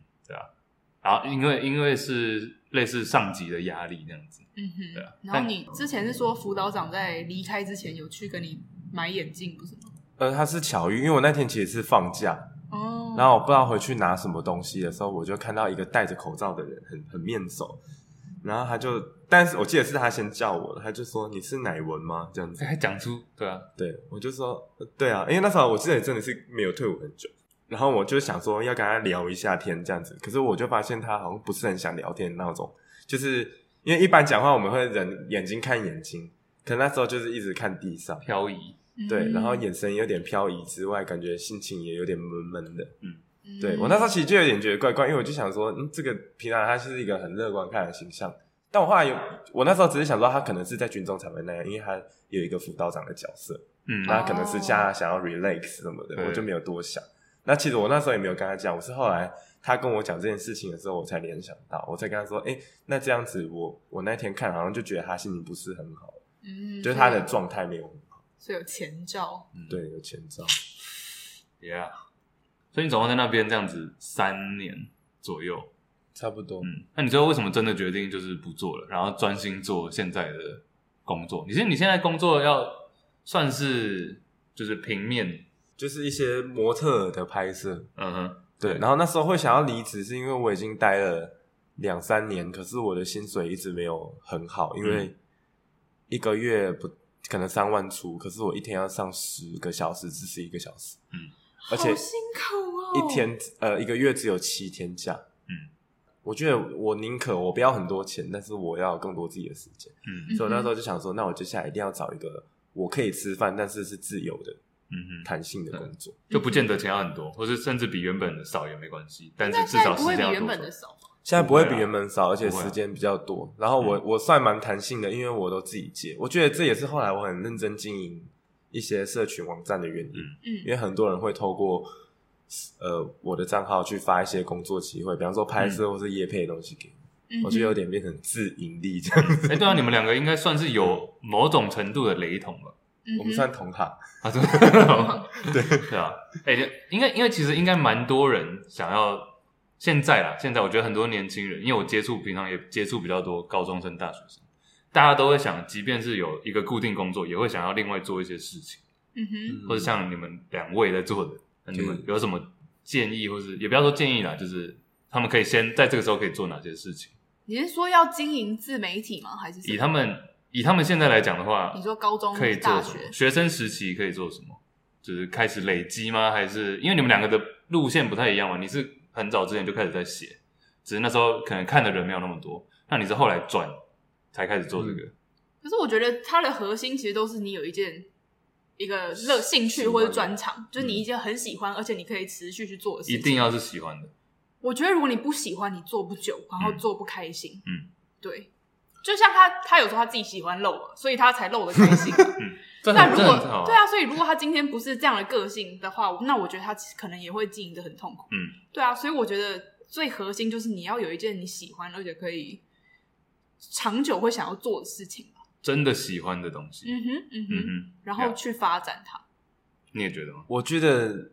Speaker 2: 然后因为因为是类似上级的压力那样子，
Speaker 1: 嗯
Speaker 2: 对
Speaker 1: 哼。
Speaker 2: 啊。
Speaker 1: 然后
Speaker 2: 但
Speaker 1: 你之前是说辅导长在离开之前有去跟你买眼镜，不是吗？
Speaker 3: 呃，他是巧遇，因为我那天其实是放假，
Speaker 2: 嗯
Speaker 1: 哦，
Speaker 3: 然后我不知道回去拿什么东西的时候，我就看到一个戴着口罩的人，很很面熟，然后他就，但是我记得是他先叫我的，他就说你是乃文吗？这样子
Speaker 2: 这，还哎讲出对啊，
Speaker 3: 对我就说呃对啊，因为那时候我记得也真的是没有退伍很久，然后我就想说要跟他聊一下天这样子，可是我就发现他好像不是很想聊天那种，就是因为一般讲话我们会人眼睛看眼睛，可能那时候就是一直看地上，
Speaker 2: 漂移，
Speaker 3: 对，
Speaker 1: 嗯
Speaker 3: 然后眼神有点漂移之外，感觉心情也有点闷闷的。
Speaker 1: 嗯
Speaker 3: 对我那时候其实就有点觉得怪怪，因为我就想说，嗯，这个平常他是一个很乐观看的形象，但我后来有，我那时候只是想说他可能是在军中才会那样，因为他有一个辅导长的角色，
Speaker 2: 嗯，
Speaker 3: 那他可能是叫
Speaker 1: 哦
Speaker 3: 他想要 relax 什么的，
Speaker 2: 对
Speaker 3: 我就没有多想。那其实我那时候也没有跟他讲，我是后来他跟我讲这件事情的时候，我才联想到，我才跟他说，哎、那这样子我我那天看好像就觉得他心情不是很好，
Speaker 1: 嗯
Speaker 3: 就是他的状态没有很好，
Speaker 1: 所以有前兆，
Speaker 3: 对，有前兆。
Speaker 2: ，Yeah，所以你总共在那边这样子三年左右，
Speaker 3: 差不多，
Speaker 2: 嗯，那你最后为什么真的决定就是不做了，然后专心做现在的工作？你是你现在工作要算是就是平面，
Speaker 3: 就是一些模特儿的拍摄，
Speaker 2: 嗯哼，
Speaker 3: 对，然后那时候会想要离职，是因为我已经待了两三年，可是我的薪水一直没有很好，因
Speaker 2: 嗯
Speaker 3: 为一个月不可能三万出，可是我一天要上十个小时至十一个小时，
Speaker 2: 嗯，
Speaker 3: 而且
Speaker 1: 好辛苦哦，
Speaker 3: 一天呃一个月只有七天假，
Speaker 2: 嗯，
Speaker 3: 我觉得我宁可我不要很多钱，但是我要更多自己的时间，
Speaker 2: 嗯
Speaker 1: 嗯
Speaker 3: 所以我那时候就想说，那我接下来一定要找一个我可以吃饭，但是是自由的、
Speaker 2: 嗯哼，
Speaker 3: 弹性的工作。
Speaker 2: 就不见得钱要很多，或是甚至比原本的少也没关系，但是
Speaker 1: 但
Speaker 2: 至
Speaker 1: 现在
Speaker 2: 少
Speaker 1: 不
Speaker 2: 是
Speaker 1: 会
Speaker 2: 这
Speaker 1: 比
Speaker 2: 样
Speaker 1: 原本的少吧？
Speaker 3: 现在不会
Speaker 2: 不
Speaker 3: 比
Speaker 2: 会啊
Speaker 3: 原本少，而且
Speaker 2: 不会啊嗯
Speaker 3: 时间比较多。然后我、我算蛮弹性的，因为我都自己接。我觉得这也是后来我很认真经营一些社群网站的原因，
Speaker 2: 嗯
Speaker 1: 嗯
Speaker 3: 因为很多人会透过呃我的账号去发一些工作机会，比方说拍
Speaker 2: 嗯
Speaker 3: 摄或是业配的东西给我，
Speaker 1: 嗯
Speaker 3: 我觉得有点变成自盈利这样子。
Speaker 2: 哎、对啊，你们两个应该算是有某种程度的雷同吧？
Speaker 1: 嗯
Speaker 3: 我们算同行，
Speaker 2: 啊，真的， 对对啊，哎、应该因为其实应该蛮多人想要现在啦，现在我觉得很多年轻人，因为我接触平常也接触比较多高中生、大学生，大家都会想，即便是有一个固定工作，也会想要另外做一些事情，
Speaker 1: 嗯哼，
Speaker 2: 或者像你们两位在做的，那你们
Speaker 3: 对
Speaker 2: 有什么建议，或是也不要说建议啦，就是他们可以先在这个时候可以做哪些事情？
Speaker 1: 你是说要经营自媒体吗？还是什
Speaker 2: 以
Speaker 1: 么
Speaker 2: 他们以他们现在来讲的话，
Speaker 1: 你说高中
Speaker 2: 可以
Speaker 1: 大
Speaker 2: 做什
Speaker 1: 学
Speaker 2: 么？学生时期可以做什么？就是开始累积吗？还是因为你们两个的路线不太一样嘛？你是很早之前就开始在写，只是那时候可能看的人没有那么多，那你是后来转才开始做这个。
Speaker 1: 可是我觉得它的核心其实都是你有一件一个热兴趣或者专长，就是你一件很喜欢，而且你可以持续去做的事
Speaker 2: 嗯一
Speaker 1: 情。
Speaker 2: 定要是喜欢的，
Speaker 1: 我觉得如果你不喜欢，你做不久，然后做不开心，
Speaker 2: 嗯，
Speaker 1: 对。就像他，他有时候他自己喜欢露嘛，所以他才露的开心、啊。
Speaker 2: 这
Speaker 1: 那
Speaker 2: 很
Speaker 1: 如
Speaker 2: 这很
Speaker 1: 果
Speaker 2: 好。
Speaker 1: 对，啊，所以如果他今天不是这样的个性的话，那我觉得他可能也会经营的很痛苦。
Speaker 2: 嗯，
Speaker 1: 对啊，所以我觉得最核心就是你要有一件你喜欢而且可以长久会想要做的事情吧。
Speaker 2: 真的喜欢的东西。
Speaker 1: 嗯哼，嗯
Speaker 2: 嗯
Speaker 1: 哼，
Speaker 2: 哼，
Speaker 1: 然后
Speaker 2: Yeah
Speaker 1: 去发展它。
Speaker 2: 你也觉得吗？
Speaker 3: 我觉得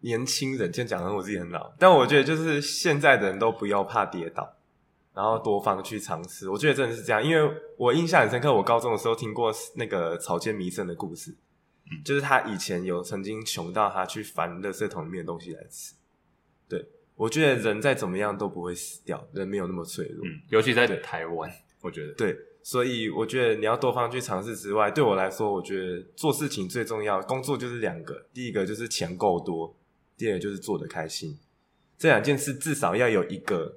Speaker 3: 年轻人，现在讲的我自己很老，但我觉得就是现在的人都不要怕跌倒，然后多方去尝试。我觉得真的是这样，因为我印象很深刻，我高中的时候听过那个草间弥生的故事，
Speaker 2: 嗯
Speaker 3: 就是他以前有曾经穷到他去翻垃圾桶里面的东西来吃。对，我觉得人再怎么样都不会死掉，人没有那么脆弱。
Speaker 2: 嗯，尤其在台湾，我觉得
Speaker 3: 对，所以我觉得你要多方去尝试之外，对我来说，我觉得做事情最重要，工作就是两个，第一个就是钱够多，第二个就是做得开心，这两件事至少要有一个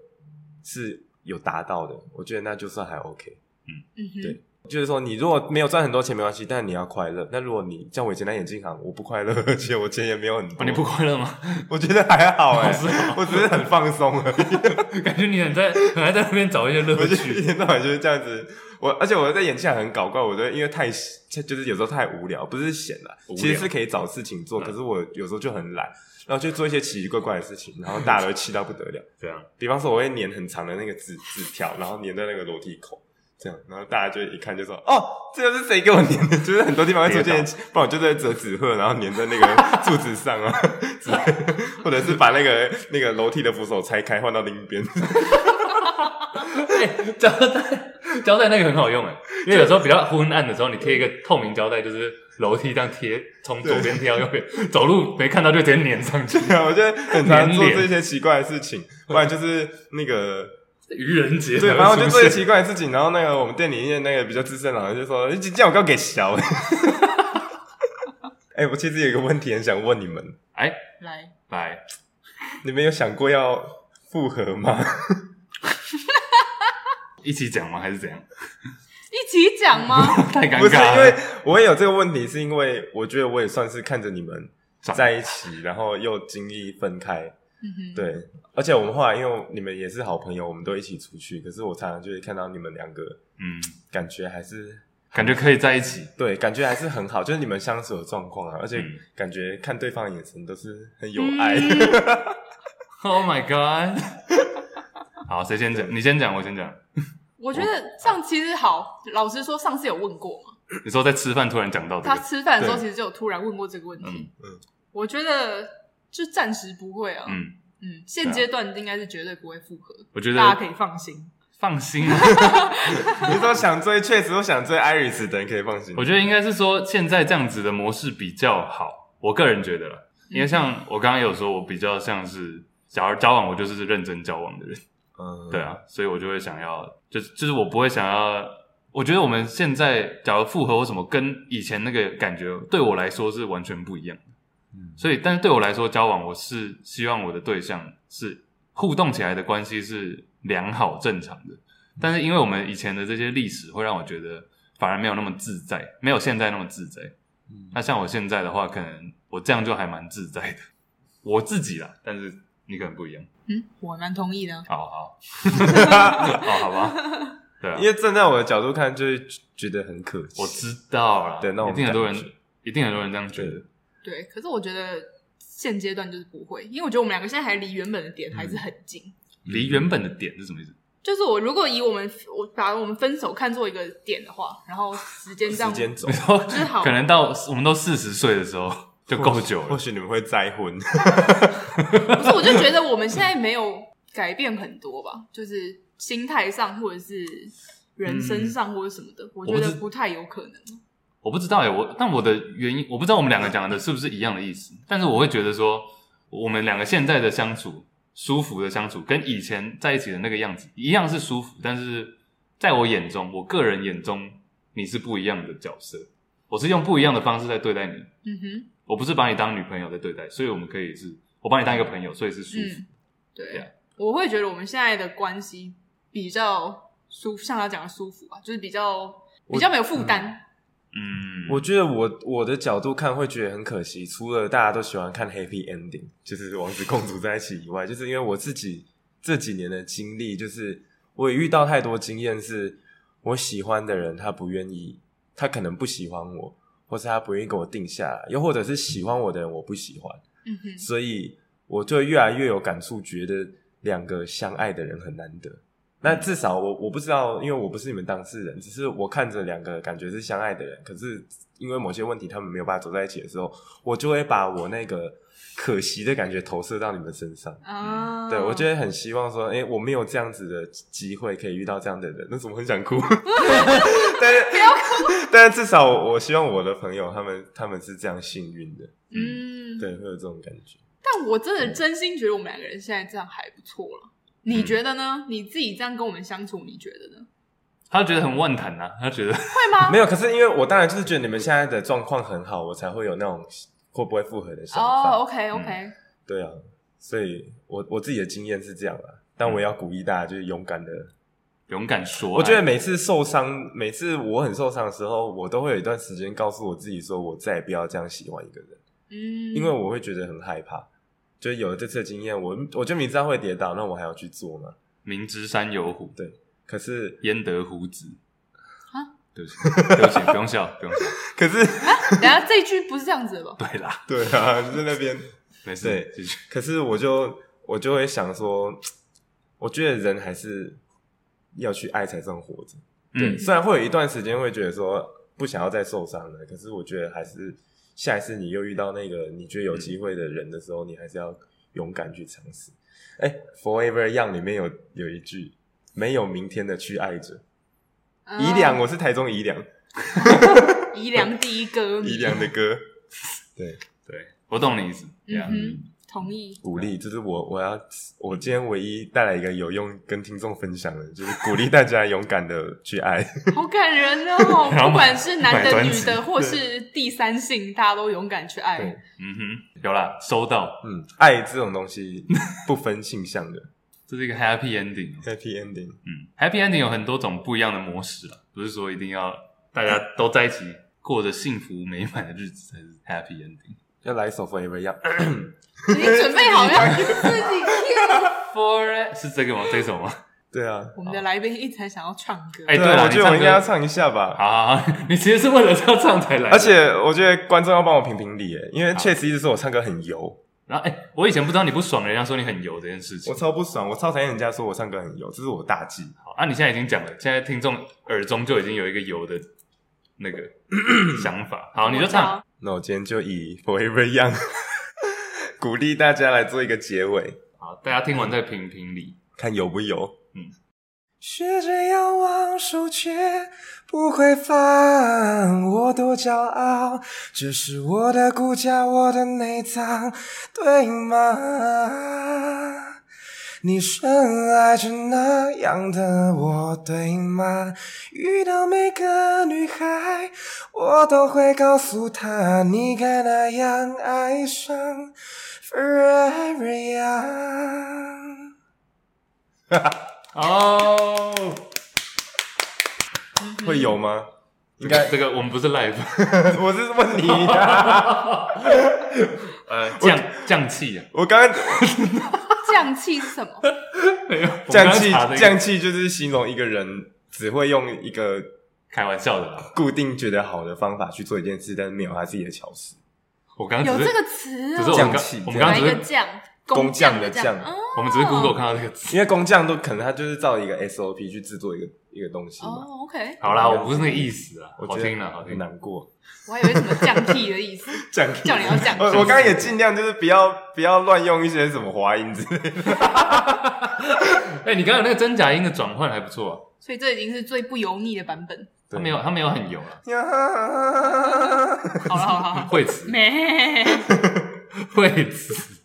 Speaker 3: 是有达到的，我觉得那就算还 OK。
Speaker 1: 嗯哼，
Speaker 3: 对就是说，你如果没有赚很多钱没关系，但你要快乐。那如果你像我以前那眼镜行，我不快乐， 而且我钱也没有很多，
Speaker 2: 哦，你不快乐吗？
Speaker 3: 我觉得还好哎、
Speaker 2: 是哦吗
Speaker 3: 我只是很放松而已。
Speaker 2: 感觉你很在很爱在那边找一些乐
Speaker 3: 我就一
Speaker 2: 趣。
Speaker 3: 天到晚就是这样子。我而且我在演戏还很搞怪，我觉得因为太就是有时候太无聊，不是闲了
Speaker 2: 无，聊
Speaker 3: 其实是可以找事情做，
Speaker 2: 嗯
Speaker 3: 可是我有时候就很懒，然后就做一些奇奇怪怪的事情，然后大家都气到不得了。
Speaker 2: 这样，
Speaker 3: 比方说我会粘很长的那个纸纸条，然后粘在那个楼梯口。这样，然后大家就一看就说：“哦，这个是谁给我粘的？” 就是很多地方会出现，不然我就在折纸鹤，然后粘在那个柱子上啊， 之类的或者是把那个那个楼梯的扶手拆开，换到另一边。
Speaker 2: 对，哎胶带胶带那个很好用哎，因为有时候比较昏暗的时候，你贴一个透明胶带，就是楼梯这样贴，从左边贴到右边，走路没看到就直接粘上去，
Speaker 3: 对啊，我觉得很常做
Speaker 2: 粘脸
Speaker 3: 这些奇怪的事 情，不然就是那个
Speaker 2: 愚人节
Speaker 3: 对，
Speaker 2: 才
Speaker 3: 反正我
Speaker 2: 会
Speaker 3: 就
Speaker 2: 出
Speaker 3: 做一些
Speaker 2: 现
Speaker 3: 奇怪的事情，然后那个我们店里面那个比较资深老人就说：“你叫我刚给小。” 哎、我其实有一个问题很想问你们，
Speaker 2: 哎，
Speaker 1: 来，
Speaker 2: 来，
Speaker 3: 你们有想过要复合吗？
Speaker 2: 一起讲吗？还是怎样？
Speaker 1: 一起讲吗？
Speaker 4: 太尴
Speaker 3: 不是
Speaker 4: 尬
Speaker 3: 因
Speaker 4: 了。
Speaker 3: 为我也有这个问题，是因为我觉得我也算是看着你们
Speaker 4: 长
Speaker 3: 在一起，然后又经历分开，
Speaker 1: 嗯哼，
Speaker 3: 对。而且我们后来因为你们也是好朋友，我们都一起出去，可是我常常就会看到你们两个，
Speaker 4: 嗯，
Speaker 3: 感觉还是
Speaker 4: 感觉可以在一起。
Speaker 3: 对，感觉还是很好，就是你们相处的状况啊，而且
Speaker 4: 嗯
Speaker 3: 感觉看对方的眼神都是很有爱。
Speaker 1: 嗯
Speaker 4: Oh my god！好，谁先讲？你先讲，我先讲。
Speaker 1: 我觉得上其实好，老实说，上次有问过嘛，
Speaker 4: 你说在吃饭突然讲到这
Speaker 1: 他
Speaker 4: 个，
Speaker 1: 吃饭的时候
Speaker 3: 对
Speaker 1: 其实就有突然问过这个问题
Speaker 4: 嗯。
Speaker 3: 嗯
Speaker 1: 我觉得就暂时不会啊，
Speaker 4: 嗯，
Speaker 1: 嗯，现阶段应该是绝对不会复合，
Speaker 4: 我觉
Speaker 1: 大家可
Speaker 4: 得
Speaker 1: 以放心。
Speaker 4: 放心啊。
Speaker 3: 你说想追，确实我想追 Iris 的人可以放心。
Speaker 4: 我觉得应该是说现在这样子的模式比较好，我个人觉得啦。因为像我刚刚有说，我比较像是，假如交往，我就是认真交往的人，
Speaker 3: 嗯，
Speaker 4: 对，啊，所以我就会想要，就是就是我不会想要，我觉得我们现在假如复合或什么，跟以前那个感觉对我来说是完全不一样的。
Speaker 3: 嗯
Speaker 4: 所以，但是对我来说，交往我是希望我的对象是互动起来的关系是良好正常
Speaker 3: 嗯
Speaker 4: 的。但是，因为我们以前的这些历史，会让我觉得反而没有那么自在，没有现在那么自在。
Speaker 3: 嗯
Speaker 4: 那像我现在的话，可能我这样就还蛮自在的，我自己啦。但是你可能不一样。
Speaker 1: 嗯，我还蛮同意的啊。
Speaker 4: 好好， 好好吧，对啊
Speaker 3: 因，为站在我的角度看，就会觉得很可惜。
Speaker 4: 我知道啦，
Speaker 3: 对那我
Speaker 4: 一
Speaker 3: 们
Speaker 4: 定很多
Speaker 3: 感
Speaker 4: 人
Speaker 3: 觉，
Speaker 4: 一定很多人这样觉得。
Speaker 1: 对，可是我觉得现阶段就是不会，因为我觉得我们两个现在还离原本的点
Speaker 4: 嗯
Speaker 1: 还是很近。
Speaker 4: 离原本的点是什么意思？
Speaker 1: 就是我如果以我们我把我们分手看作一个点的话，然后时间这
Speaker 3: 时
Speaker 1: 样
Speaker 3: 间走
Speaker 4: 没错
Speaker 1: 就是好
Speaker 4: 可能到我们都四十岁的时 候 就够久
Speaker 3: 或
Speaker 4: 了。
Speaker 3: 许你们会再婚。
Speaker 1: 不是，我就觉得我们现在没有改变很多吧，就是心态上或者是人身
Speaker 3: 嗯
Speaker 1: 上或者什么的，我觉
Speaker 4: 我
Speaker 1: 得
Speaker 4: 是
Speaker 1: 不太有可能。
Speaker 4: 我不知道哎、我但我的原因我不知道我们两个讲的是不是一样的意思，但是我会觉得说，我们两个现在的相处，舒服的相处，跟以前在一起的那个样子一样是舒服，但是在我眼中，我个人眼中你是不一样的角色，我是用不一样的方式在对待你，
Speaker 1: 嗯哼，
Speaker 4: 我不是把你当女朋友在对待，所以我们可以是我把你当一个朋友，所以是舒服。
Speaker 1: 嗯，对
Speaker 4: Yeah
Speaker 1: 我会觉得我们现在的关系比较舒，像他讲的舒服吧，就是比较比较没有负担。
Speaker 4: 嗯，
Speaker 3: 我觉得我我的角度看会觉得很可惜，除了大家都喜欢看 happy ending，就是王子公主在一起以外，就是因为我自己这几年的经历，就是我也遇到太多经验，是我喜欢的人他不愿意，他可能不喜欢我，或是他不愿意跟我定下来，又或者是喜欢我的人我不喜欢，
Speaker 1: 嗯哼，
Speaker 3: 所以我就越来越有感触，觉得两个相爱的人很难得。那至少我我不知道，因为我不是你们当事人，只是我看着两个感觉是相爱的人，可是因为某些问题他们没有办法走在一起的时候，我就会把我那个可惜的感觉投射到你们身上。
Speaker 1: 啊，
Speaker 3: 嗯对，我就会很希望说，哎、我没有这样子的机会可以遇到这样的人，那怎么很想哭？但是，但是至少我我希望我的朋友他们他们是这样幸运的，
Speaker 1: 嗯，
Speaker 3: 对，会有这种感觉。
Speaker 1: 但我真的真心觉得我们两个人现在这样还不错了。
Speaker 3: 嗯
Speaker 1: 你觉得呢？你自己这样跟我们相处，你觉得呢？
Speaker 4: 他觉得很万谈呐、啊，他觉得
Speaker 1: 会吗？
Speaker 3: 没有，可是因为我当然就是觉得你们现在的状况很好，我才会有那种会不会复合的想法。
Speaker 1: 哦、o k OK，、
Speaker 3: 对啊，所以我我自己的经验是这样啊，但我也要鼓励大家就是勇敢的。
Speaker 1: 哦
Speaker 4: 勇敢说爱，
Speaker 3: 我觉得每次受伤，每次我很受伤的时候，我都会有一段时间告诉我自己说，我再也不要这样喜欢一个人，
Speaker 1: 嗯，
Speaker 3: 因为我会觉得很害怕。就有了这次的经验，我我就明知道会跌倒，那我还要去做吗？
Speaker 4: 明知山有虎，
Speaker 3: 可是
Speaker 4: 焉得虎子？
Speaker 1: 啊，
Speaker 4: 对不起，对不起，不用笑，不用笑。
Speaker 3: 可是
Speaker 1: 等一下这一句不是这样子的吧？
Speaker 4: 对啦，
Speaker 3: 对啊，就在那边。
Speaker 4: 没事
Speaker 3: 对，
Speaker 4: 继续。
Speaker 3: 可是我就我就会想说，我觉得人还是要去爱才算活着。
Speaker 4: 嗯，
Speaker 3: 虽然会有一段时间会觉得说不想要再受伤了，可是我觉得还是下一次你又遇到那个你觉得有机会的人的时候，你还是要勇敢去尝试。哎、f o r e v e r Young 里面有有一句。没有明天的去爱着，
Speaker 1: 啊
Speaker 3: 宜良，我是台中宜良，
Speaker 1: 嗯宜良第一歌迷，
Speaker 3: 宜良的歌，
Speaker 4: 对，我懂你意思。
Speaker 1: 嗯
Speaker 4: Yeah
Speaker 1: 哼，同意。
Speaker 3: 鼓励，就是我我要我今天唯一带来一个有用跟听众分享的， 就是鼓励大家勇敢的去爱。
Speaker 1: 好感人 哦！
Speaker 4: 然后买
Speaker 1: 不管是男的、
Speaker 4: 买专
Speaker 1: 女
Speaker 4: 辑
Speaker 1: 的，或是第三性，大家都勇敢去爱
Speaker 3: 对。
Speaker 4: 嗯哼，有啦，收到。
Speaker 3: 嗯，爱这种东西不分性向的，
Speaker 2: 这是一个 happy ending 哦。
Speaker 3: Happy ending，
Speaker 2: 嗯，happy ending 有很多种不一样的模式了，不是说一定要大家都在一起过着幸福美满的日子才是 happy ending。
Speaker 3: 要来一首 Forever Young，
Speaker 1: 你准备好 要自己 Q？
Speaker 2: For 是这个吗？这首吗？
Speaker 3: 对啊，
Speaker 1: 我们的来宾一直很想要唱歌，
Speaker 2: 哎对
Speaker 3: 啊，
Speaker 2: 啦
Speaker 3: 我觉得我
Speaker 2: 你唱歌
Speaker 3: 应该要唱一下吧。
Speaker 2: 好好好，你其实是为了要唱才来的，
Speaker 3: 而且我觉得观众要帮我评评理，哎，因为确实一直说我唱歌很油，
Speaker 2: 然后哎、我以前不知道你不爽人家说你很油这件事情
Speaker 3: 我，超不爽，我超讨厌人家说我唱歌很油，这是我大忌。
Speaker 2: 好啊，你现在已经讲了，现在听众耳中就已经有一个油的那 个想法，好，你就唱。
Speaker 3: 那我今天就以 Forever Young 鼓励大家来做一个结尾，
Speaker 2: 好，大家听完再评评理。
Speaker 3: 看油不油。
Speaker 2: 嗯，
Speaker 3: 学着仰望，手却不会放，我多骄傲，这是我的骨架，我的内脏，对吗？你深爱着那样的我，对吗？遇到每个女孩，我都会告诉她，你该那样爱上 Forever Young。
Speaker 2: 哦，
Speaker 3: 嗯会有吗？
Speaker 2: 应该这个我们不是 live，
Speaker 3: 我是问你、啊
Speaker 2: 呃，降降 气啊，
Speaker 3: 我刚刚
Speaker 1: 降气是什么？
Speaker 2: 没有
Speaker 3: 降气，降
Speaker 2: 气，
Speaker 3: 气就是形容一个人只会用一个
Speaker 2: 开玩笑的啦。
Speaker 3: 固定觉得好的方法去做一件事，但是没有他自己的巧思。
Speaker 2: 我刚刚
Speaker 1: 有
Speaker 2: 只
Speaker 1: 这
Speaker 2: 是，
Speaker 1: 个词
Speaker 2: 只是
Speaker 1: 哦，
Speaker 2: 我们
Speaker 3: 降
Speaker 2: 刚
Speaker 3: 气
Speaker 2: 我们
Speaker 3: 这样
Speaker 1: 哪
Speaker 2: 刚刚
Speaker 1: 一
Speaker 2: 只
Speaker 1: 个
Speaker 2: 是
Speaker 1: 降？
Speaker 3: 工匠
Speaker 1: 匠
Speaker 3: 的
Speaker 1: 匠
Speaker 3: 匠
Speaker 1: 哦
Speaker 2: 我们只是 Google 看到这个词。
Speaker 3: 因为工匠都可能他就是照一个 SOP 去制作一个一个东西嘛。
Speaker 1: 哦，OK，
Speaker 2: 好啦，我不是那个意思啊，
Speaker 3: 我
Speaker 2: 好
Speaker 3: 觉
Speaker 2: 听
Speaker 3: 得
Speaker 2: 了，好
Speaker 3: 很
Speaker 2: 听。
Speaker 3: 难过。
Speaker 1: 我还以为什么降气的意思，
Speaker 3: 降气
Speaker 1: 叫你要降
Speaker 3: 我
Speaker 1: 气。
Speaker 3: 我刚刚也尽量就是不要不要乱用一些什么滑音之类的。
Speaker 2: 哎，你刚刚有那个真假音的转换还不错啊，
Speaker 1: 所以这已经是最不油腻的版本。
Speaker 2: 他没有，他没有很油啊，
Speaker 1: 好了好了好了，
Speaker 2: 惠子，
Speaker 1: 没
Speaker 2: 惠 子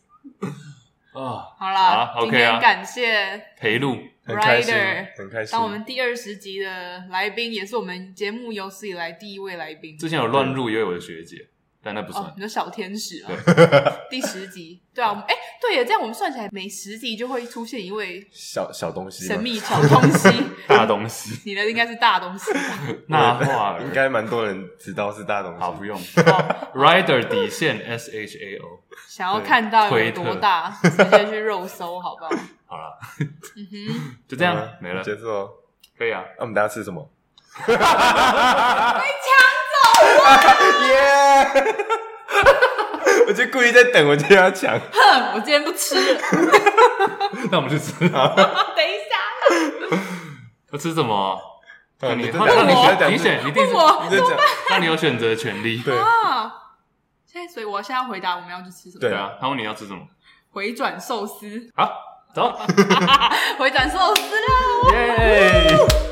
Speaker 2: 啊，
Speaker 1: 好啦
Speaker 2: 好，
Speaker 1: 今
Speaker 2: OK 啊
Speaker 1: 天感谢
Speaker 2: 裴露，
Speaker 3: 很开心
Speaker 1: Rider，
Speaker 3: 很开心。
Speaker 1: 当我们第二十集的来宾，也是我们节目有史以来第一位来宾。
Speaker 2: 之前有乱入，也有我的学姐，但那不
Speaker 1: 哦，
Speaker 2: 算
Speaker 1: 你。说小天使啊， 第十集，对啊，我们哎，对耶，这样我们算起来每十集就会出现一位
Speaker 3: 小小东西嘛
Speaker 1: 神秘小东 西，
Speaker 2: 大东西，
Speaker 1: 你的应该是大东西吧？
Speaker 2: 那话儿
Speaker 3: 应该蛮多人知道是大东西。
Speaker 2: 好不用。
Speaker 1: 哦
Speaker 2: Rider 底线 S H A O，
Speaker 1: 想要看到有多大，直接去肉搜，好不好？
Speaker 2: 好了，
Speaker 1: 嗯哼，
Speaker 2: 就这样、
Speaker 3: 嗯
Speaker 2: 没了，
Speaker 3: 结束哦。
Speaker 2: 可以啊。
Speaker 3: 那我们大家吃什么？
Speaker 1: 抢
Speaker 3: 耶！我就故意在等，我就要抢。
Speaker 1: 走！我今天不吃 了，
Speaker 2: 那我们去 吃啊，
Speaker 1: 等一下，
Speaker 2: 要吃什么？那嗯
Speaker 3: 哦
Speaker 2: 你
Speaker 3: 你在讲
Speaker 2: 那那
Speaker 1: 我
Speaker 2: 你
Speaker 3: 在讲
Speaker 2: 你选，你定
Speaker 1: 问我
Speaker 3: 你在讲
Speaker 2: 那你有选择的权利。
Speaker 3: 对
Speaker 1: 啊！现在，所以我现在要回答我们要去吃什么？
Speaker 3: 对
Speaker 2: 对啊，他问你要吃什么，
Speaker 1: 回转寿司，
Speaker 2: 好，走，
Speaker 1: 回转寿司啦！
Speaker 2: 耶！